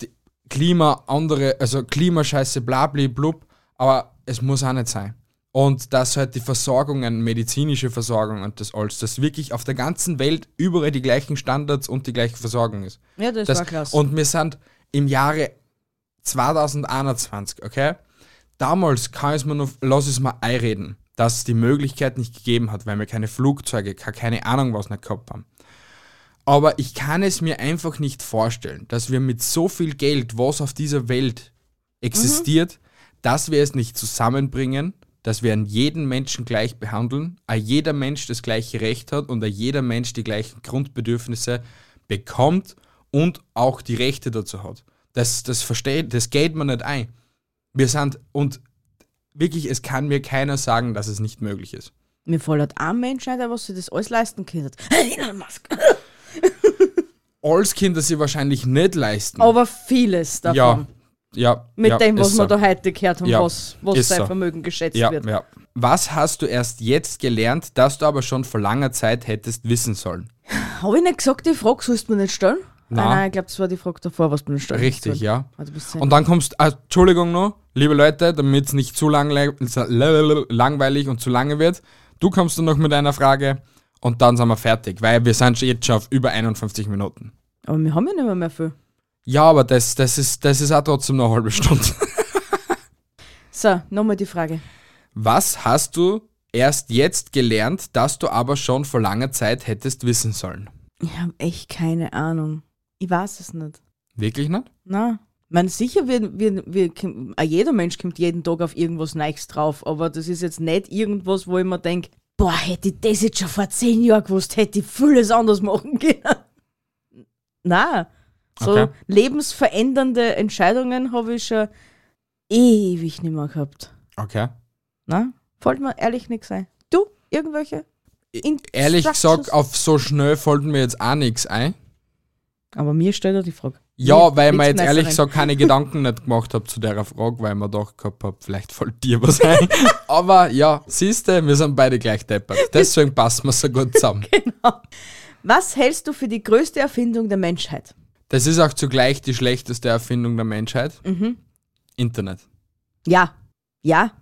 Speaker 1: die Klima, andere, also Klimascheiße, bla, bla, blub, aber es muss auch nicht sein. Und dass halt die Versorgungen, medizinische Versorgung und das alles, dass wirklich auf der ganzen Welt überall die gleichen Standards und die gleiche Versorgung ist.
Speaker 2: Ja, das,
Speaker 1: Das,
Speaker 2: war klasse.
Speaker 1: Und wir sind im Jahre 2021, okay? Damals kann es mir noch, lass es mal einreden, dass es die Möglichkeit nicht gegeben hat, weil wir keine Flugzeuge, ke- keine Ahnung was nicht gehabt haben. Aber ich kann es mir einfach nicht vorstellen, dass wir mit so viel Geld, was auf dieser Welt existiert, dass wir es nicht zusammenbringen, dass wir an jeden Menschen gleich behandeln, a jeder Mensch das gleiche Recht hat und a jeder Mensch die gleichen Grundbedürfnisse bekommt und auch die Rechte dazu hat. Das, das versteht, das geht man nicht ein. Wir sind, und wirklich, es kann mir keiner sagen, dass es nicht möglich ist.
Speaker 2: Mir fällt ein Mensch ein, der was sich das alles leisten könnte. Elon Musk.
Speaker 1: Mhm. Alles Kinder sie wahrscheinlich nicht leisten.
Speaker 2: Aber vieles davon.
Speaker 1: ja, ja.
Speaker 2: Mit
Speaker 1: ja,
Speaker 2: dem,
Speaker 1: ist
Speaker 2: was wir
Speaker 1: so.
Speaker 2: da heute gehört haben,
Speaker 1: Ja,
Speaker 2: was, was
Speaker 1: ist
Speaker 2: sein
Speaker 1: so.
Speaker 2: Vermögen geschätzt
Speaker 1: ja,
Speaker 2: wird.
Speaker 1: ja. Was hast du erst jetzt gelernt, das du aber schon vor langer Zeit hättest wissen sollen?
Speaker 2: Habe ich nicht gesagt, die Frage sollst du mir nicht stellen?
Speaker 1: Nein.
Speaker 2: Ah, nein, ich glaube, das war die Frage davor, was du mir stellen
Speaker 1: Richtig,
Speaker 2: sollst.
Speaker 1: ja.
Speaker 2: Also bist du-
Speaker 1: Und dann kommst, ah, Entschuldigung noch, liebe Leute, damit es nicht zu langle- langweilig und zu lange wird, du kommst dann noch mit einer Frage und dann sind wir fertig, weil wir sind schon jetzt schon auf über 51 Minuten.
Speaker 2: Aber wir haben ja nicht mehr, mehr viel.
Speaker 1: Ja, aber das, das, ist, das ist auch trotzdem noch eine halbe Stunde.
Speaker 2: So, nochmal die Frage.
Speaker 1: Was hast du erst jetzt gelernt, das du aber schon vor langer Zeit hättest wissen sollen?
Speaker 2: Ich habe echt keine Ahnung. Ich weiß es nicht.
Speaker 1: Wirklich nicht?
Speaker 2: Na, man sicher wir, wir, wir, kim- ah, jeder Mensch kommt jeden Tag auf irgendwas Neues drauf, aber das ist jetzt nicht irgendwas, wo ich mir denke, boah, hätte ich das jetzt schon vor zehn Jahren gewusst, hätte ich vieles anders machen können. Na, so
Speaker 1: Okay.
Speaker 2: lebensverändernde Entscheidungen habe ich schon ewig nicht mehr gehabt.
Speaker 1: Okay.
Speaker 2: Na, fällt mir ehrlich nichts ein. Du, irgendwelche?
Speaker 1: Ehrlich
Speaker 2: Instructions?
Speaker 1: gesagt, auf so schnell fällt mir jetzt auch nichts ein.
Speaker 2: Aber mir stellt er die Frage.
Speaker 1: Ja,
Speaker 2: Mir-
Speaker 1: weil ich mir jetzt
Speaker 2: Blitzmesserin.
Speaker 1: ehrlich gesagt keine Gedanken nicht gemacht habe zu der Frage, weil ich mir gedacht gehabt habe, vielleicht fällt dir was ein. Aber ja, siehst du, wir sind beide gleich deppert. Deswegen passen wir so gut zusammen.
Speaker 2: Genau. Was hältst du für die größte Erfindung der Menschheit?
Speaker 1: Das ist auch zugleich die schlechteste Erfindung der Menschheit. Internet.
Speaker 2: Ja, ja,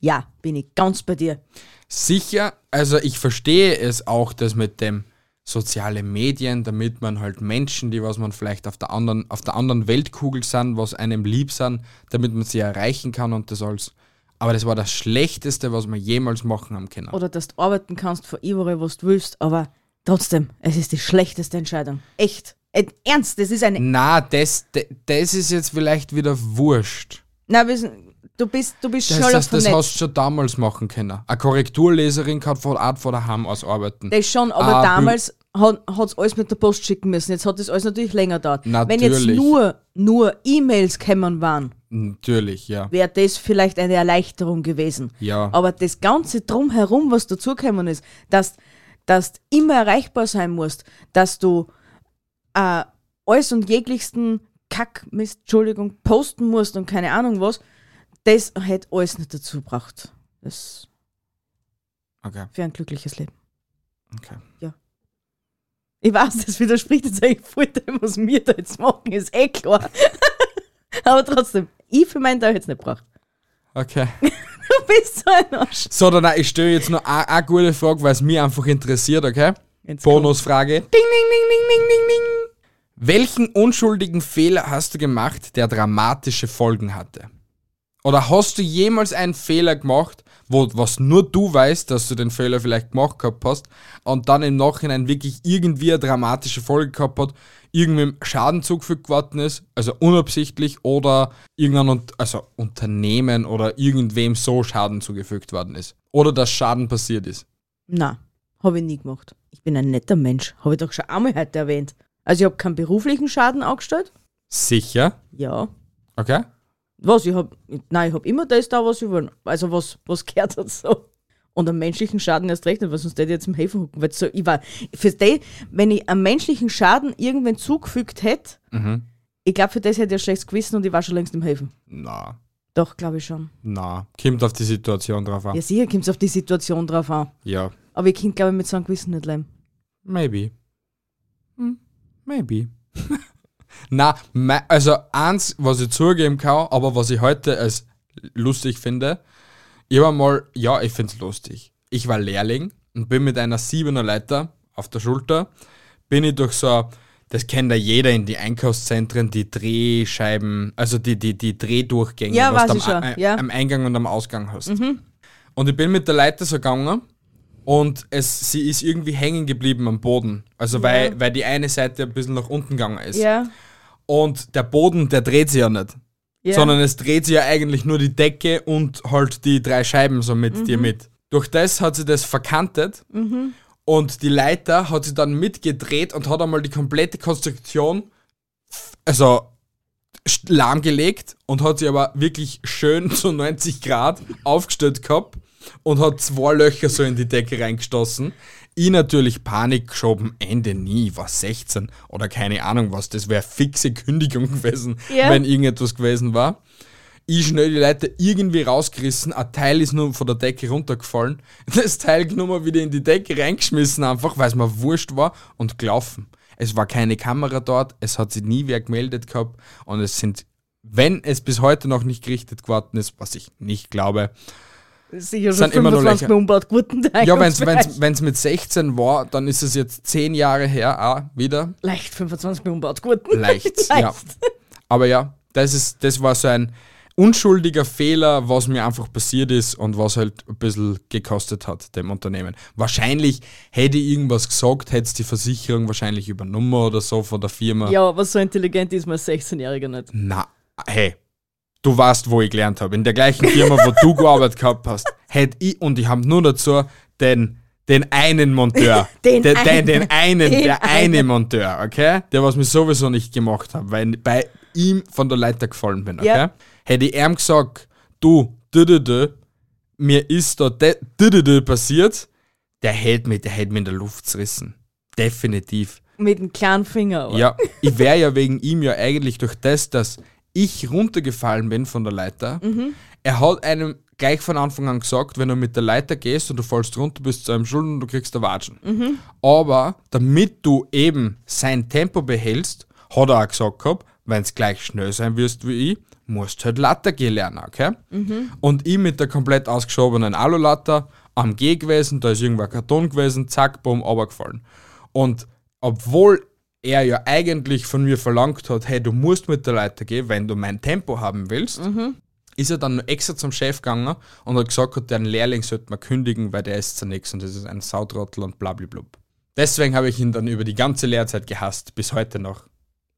Speaker 2: Ja, bin ich ganz bei dir.
Speaker 1: Sicher, also ich verstehe es auch, dass mit dem soziale Medien, damit man halt Menschen, die was man vielleicht auf der anderen, auf der anderen Weltkugel sind, was einem lieb sind, damit man sie erreichen kann und das alles. Aber das war das Schlechteste, was wir jemals machen haben können.
Speaker 2: Oder dass du arbeiten kannst von überall, was du willst, aber trotzdem, es ist die schlechteste Entscheidung. Echt. Äh, Ernst, das ist eine.
Speaker 1: Na, das, de- das ist jetzt vielleicht wieder wurscht.
Speaker 2: Na, wir sind- du bist, du bist
Speaker 1: Das,
Speaker 2: schon
Speaker 1: das, das
Speaker 2: vernetzt.
Speaker 1: hast du schon damals machen können. Eine Korrekturleserin kann von Art vor daheim aus arbeiten.
Speaker 2: Das schon, aber
Speaker 1: Ah,
Speaker 2: damals hat es alles mit der Post schicken müssen. Jetzt hat das alles natürlich länger gedauert. Wenn jetzt
Speaker 1: Natürlich.
Speaker 2: nur, nur E-Mails gekommen waren,
Speaker 1: Natürlich, ja.
Speaker 2: wäre das vielleicht eine Erleichterung gewesen.
Speaker 1: Ja.
Speaker 2: Aber das Ganze drumherum, was dazugekommen ist, dass, dass du immer erreichbar sein musst, dass du äh, alles und jeglichsten Kack, Mist, Entschuldigung, posten musst und keine Ahnung was, das hätte alles nicht dazu gebracht. Das
Speaker 1: Okay,
Speaker 2: für ein glückliches Leben.
Speaker 1: okay.
Speaker 2: Ich weiß, das widerspricht jetzt eigentlich voll dem, was wir da jetzt machen, ist eh klar. Aber trotzdem, ich für meinen Teil hätte es nicht gebracht.
Speaker 1: Okay.
Speaker 2: Du bist so ein Arsch.
Speaker 1: So, dann nein, ich stelle jetzt noch eine, eine gute Frage, weil es mich einfach interessiert, okay?
Speaker 2: Jetzt
Speaker 1: Bonusfrage. Ding, ding, ding, ding, ding, ding, ding. Welchen unschuldigen Fehler hast du gemacht, der dramatische Folgen hatte? Oder hast du jemals einen Fehler gemacht, wo was nur du weißt, dass du den Fehler vielleicht gemacht gehabt hast und dann im Nachhinein wirklich irgendwie eine dramatische Folge gehabt hat, irgendwem Schaden zugefügt worden ist, also unabsichtlich oder irgendein Un- also Unternehmen oder irgendwem so Schaden zugefügt worden ist oder dass Schaden passiert ist.
Speaker 2: Nein, habe ich nie gemacht. Ich bin ein netter Mensch, habe ich doch schon einmal heute erwähnt. Also ich habe keinen beruflichen Schaden angestellt.
Speaker 1: Sicher?
Speaker 2: Ja.
Speaker 1: Okay?
Speaker 2: Was, ich habe, nein, ich habe immer das da, was ich will. Also was, was gehört dazu? Und am menschlichen Schaden erst recht nicht, weil sonst hätte ich jetzt im Häfen hocken. Weil so, ich war, für den, wenn ich am menschlichen Schaden irgendwen zugefügt hätte, ich glaube, für das hätte ich ein schlechtes Gewissen und ich war schon längst im Häfen.
Speaker 1: Na,
Speaker 2: Doch, glaube ich schon.
Speaker 1: na, kommt auf die Situation drauf an.
Speaker 2: Ja, sicher kommt es auf die Situation drauf an.
Speaker 1: Ja,
Speaker 2: Aber ich kann, glaube ich, mit so einem Gewissen nicht leben.
Speaker 1: maybe. Hm, maybe. na, mei- also eins, was ich zugeben kann, aber was ich heute als lustig finde, ich war mal, ja, ich find's lustig. Ich war Lehrling und bin mit einer 7er Leiter auf der Schulter, bin ich durch so, das kennt ja jeder in die Einkaufszentren, die Drehscheiben, also die, die, die Drehdurchgänge,
Speaker 2: Ja,
Speaker 1: was
Speaker 2: weiß
Speaker 1: du
Speaker 2: ich
Speaker 1: am,
Speaker 2: schon,
Speaker 1: äh,
Speaker 2: ja.
Speaker 1: am Eingang und am Ausgang hast. Und ich bin mit der Leiter so gegangen und es, sie ist irgendwie hängen geblieben am Boden. Also weil, weil die eine Seite ein bisschen nach unten gegangen ist.
Speaker 2: Ja,
Speaker 1: Und der Boden, der dreht sich ja nicht.
Speaker 2: ja.
Speaker 1: Sondern es dreht sich ja eigentlich nur die Decke und halt die drei Scheiben so mit
Speaker 2: Mhm.
Speaker 1: dir mit. Durch das hat sie das verkantet und die Leiter hat sie dann mitgedreht und hat einmal die komplette Konstruktion, also sch- lahmgelegt und hat sie aber wirklich schön zu 90 Grad aufgestellt gehabt und hat zwei Löcher so in die Decke reingestoßen. Ich natürlich Panik geschoben, Ende nie, war 16 oder keine Ahnung was, das wäre fixe Kündigung gewesen,
Speaker 2: Ja.
Speaker 1: wenn irgendetwas gewesen war. Ich schnell die Leute irgendwie rausgerissen, ein Teil ist nur von der Decke runtergefallen, das Teil genommen, wieder in die Decke reingeschmissen einfach, weil es mir wurscht war und gelaufen. Es war keine Kamera dort, es hat sich nie wer gemeldet gehabt und es sind, wenn es bis heute noch nicht gerichtet geworden ist, was ich nicht glaube,
Speaker 2: sicher schon
Speaker 1: sind immer noch
Speaker 2: 25
Speaker 1: Löcher.
Speaker 2: Mal umbaut geworden. der
Speaker 1: ja, wenn es
Speaker 2: Eingangsbereich.
Speaker 1: mit 16 war, dann ist es jetzt 10 Jahre her auch wieder.
Speaker 2: Leicht 25 Mal umbaut geworden.
Speaker 1: Leicht, ja. Aber ja, das, ist, das war so ein unschuldiger Fehler, was mir einfach passiert ist und was halt ein bisschen gekostet hat, dem Unternehmen. Wahrscheinlich hätte ich irgendwas gesagt, hätte es die Versicherung wahrscheinlich übernommen oder so von der Firma.
Speaker 2: Ja, aber so intelligent ist man als 16-Jähriger nicht.
Speaker 1: Na, hey, du weißt, wo ich gelernt habe. In der gleichen Firma, wo du gearbeitet gehabt hast, hätte ich, und ich habe nur dazu den, den einen Monteur.
Speaker 2: Den
Speaker 1: den,
Speaker 2: einen.
Speaker 1: den, den einen,
Speaker 2: Den
Speaker 1: der eine Monteur, okay? Der, was mir sowieso nicht gemacht hat, weil ich bei ihm von der Leiter gefallen bin, okay?
Speaker 2: Ja.
Speaker 1: Hätte ich ihm gesagt, du, dü, dü, dü, mir ist da dü, dü, dü, passiert, der hätte mich, der hätte mich in der Luft zerrissen. Definitiv.
Speaker 2: Mit einem kleinen Finger. aber-
Speaker 1: Ja, ich wäre ja wegen ihm ja eigentlich durch das, dass ich runtergefallen bin von der Leiter. Er hat einem gleich von Anfang an gesagt, wenn du mit der Leiter gehst und du fallst runter, bist zu einem Schulden und du kriegst eine Watschen. Aber damit du eben sein Tempo behältst, hat er auch gesagt gehabt, wenn's gleich schnell sein wirst wie ich, musst halt Latte gehen lernen, okay? Und ich mit der komplett ausgeschobenen Alulatte am Geh gewesen, da ist irgendwo ein Karton gewesen, zack, bumm, runtergefallen. Und obwohl er ja eigentlich von mir verlangt hat, hey, du musst mit der Leiter gehen, wenn du mein Tempo haben willst, ist er dann noch extra zum Chef gegangen und hat gesagt, hat, den Lehrling sollte man kündigen, weil der ist zu nix und das ist ein Sautrottel und blablablub. Deswegen habe ich ihn dann über die ganze Lehrzeit gehasst, bis heute noch.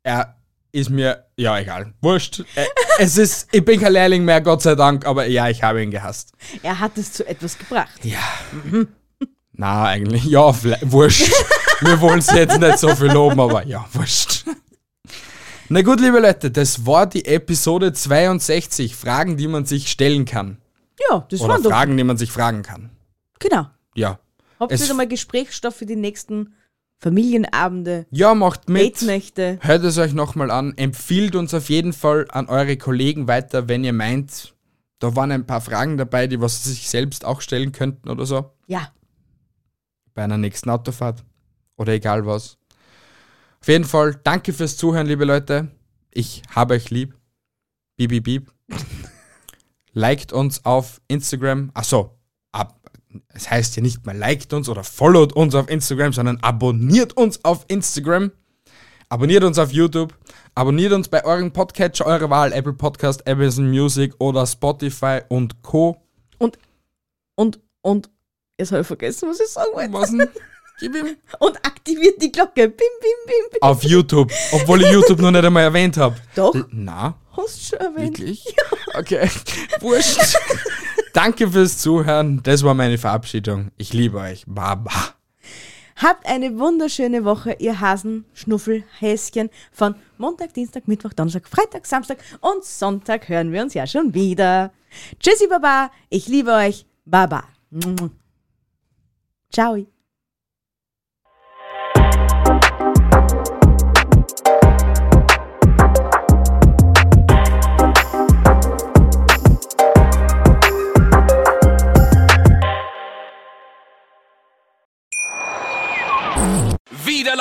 Speaker 1: Er ist mir, ja, egal, wurscht. Äh, es ist, ich bin kein Lehrling mehr, Gott sei Dank, aber ja, ich habe ihn gehasst.
Speaker 2: Er hat es zu etwas gebracht.
Speaker 1: Ja. Na, eigentlich, ja, vle- wurscht. Wir wollen es jetzt nicht so viel loben, aber ja, wurscht. Na gut, liebe Leute, das war die Episode 62, Fragen, die man sich stellen kann.
Speaker 2: Ja, das
Speaker 1: Oder
Speaker 2: waren doch.
Speaker 1: Fragen, die man sich fragen kann.
Speaker 2: Genau.
Speaker 1: Ja.
Speaker 2: Habt
Speaker 1: Es-
Speaker 2: wieder mal Gesprächsstoff für die nächsten Familienabende,
Speaker 1: Ja, macht mit.
Speaker 2: Datenächte.
Speaker 1: Hört es euch nochmal an. Empfiehlt uns auf jeden Fall an eure Kollegen weiter, wenn ihr meint, da waren ein paar Fragen dabei, die was sie sich selbst auch stellen könnten oder so.
Speaker 2: Ja,
Speaker 1: bei einer nächsten Autofahrt oder egal was. Auf jeden Fall, danke fürs Zuhören, liebe Leute. Ich habe euch lieb. Bip, bip, bip. liked uns auf Instagram. Achso, ab. Es heißt ja nicht mal liked uns oder followt uns auf Instagram, sondern abonniert uns auf Instagram. Abonniert uns auf YouTube. Abonniert uns bei euren Podcatcher eurer Wahl, Apple Podcast, Amazon Music oder Spotify und Co.
Speaker 2: und, und, jetzt habe ich vergessen, was ich sagen wollte.
Speaker 1: Was denn? Gib ihm.
Speaker 2: Und aktiviert die Glocke. Bim, bim, bim, bim.
Speaker 1: auf YouTube, obwohl ich YouTube noch nicht einmal erwähnt habe.
Speaker 2: Doch.
Speaker 1: Na,
Speaker 2: Hast du schon erwähnt.
Speaker 1: wirklich? Okay, wurscht. Danke fürs Zuhören. Das war meine Verabschiedung. Ich liebe euch. Baba.
Speaker 2: Habt eine wunderschöne Woche, ihr Hasen, Schnuffel, Häschen. Von Montag, Dienstag, Mittwoch, Donnerstag, Freitag, Samstag und Sonntag hören wir uns ja schon wieder. Tschüssi, Baba. Ich liebe euch. Baba. Ciao.
Speaker 3: Wieder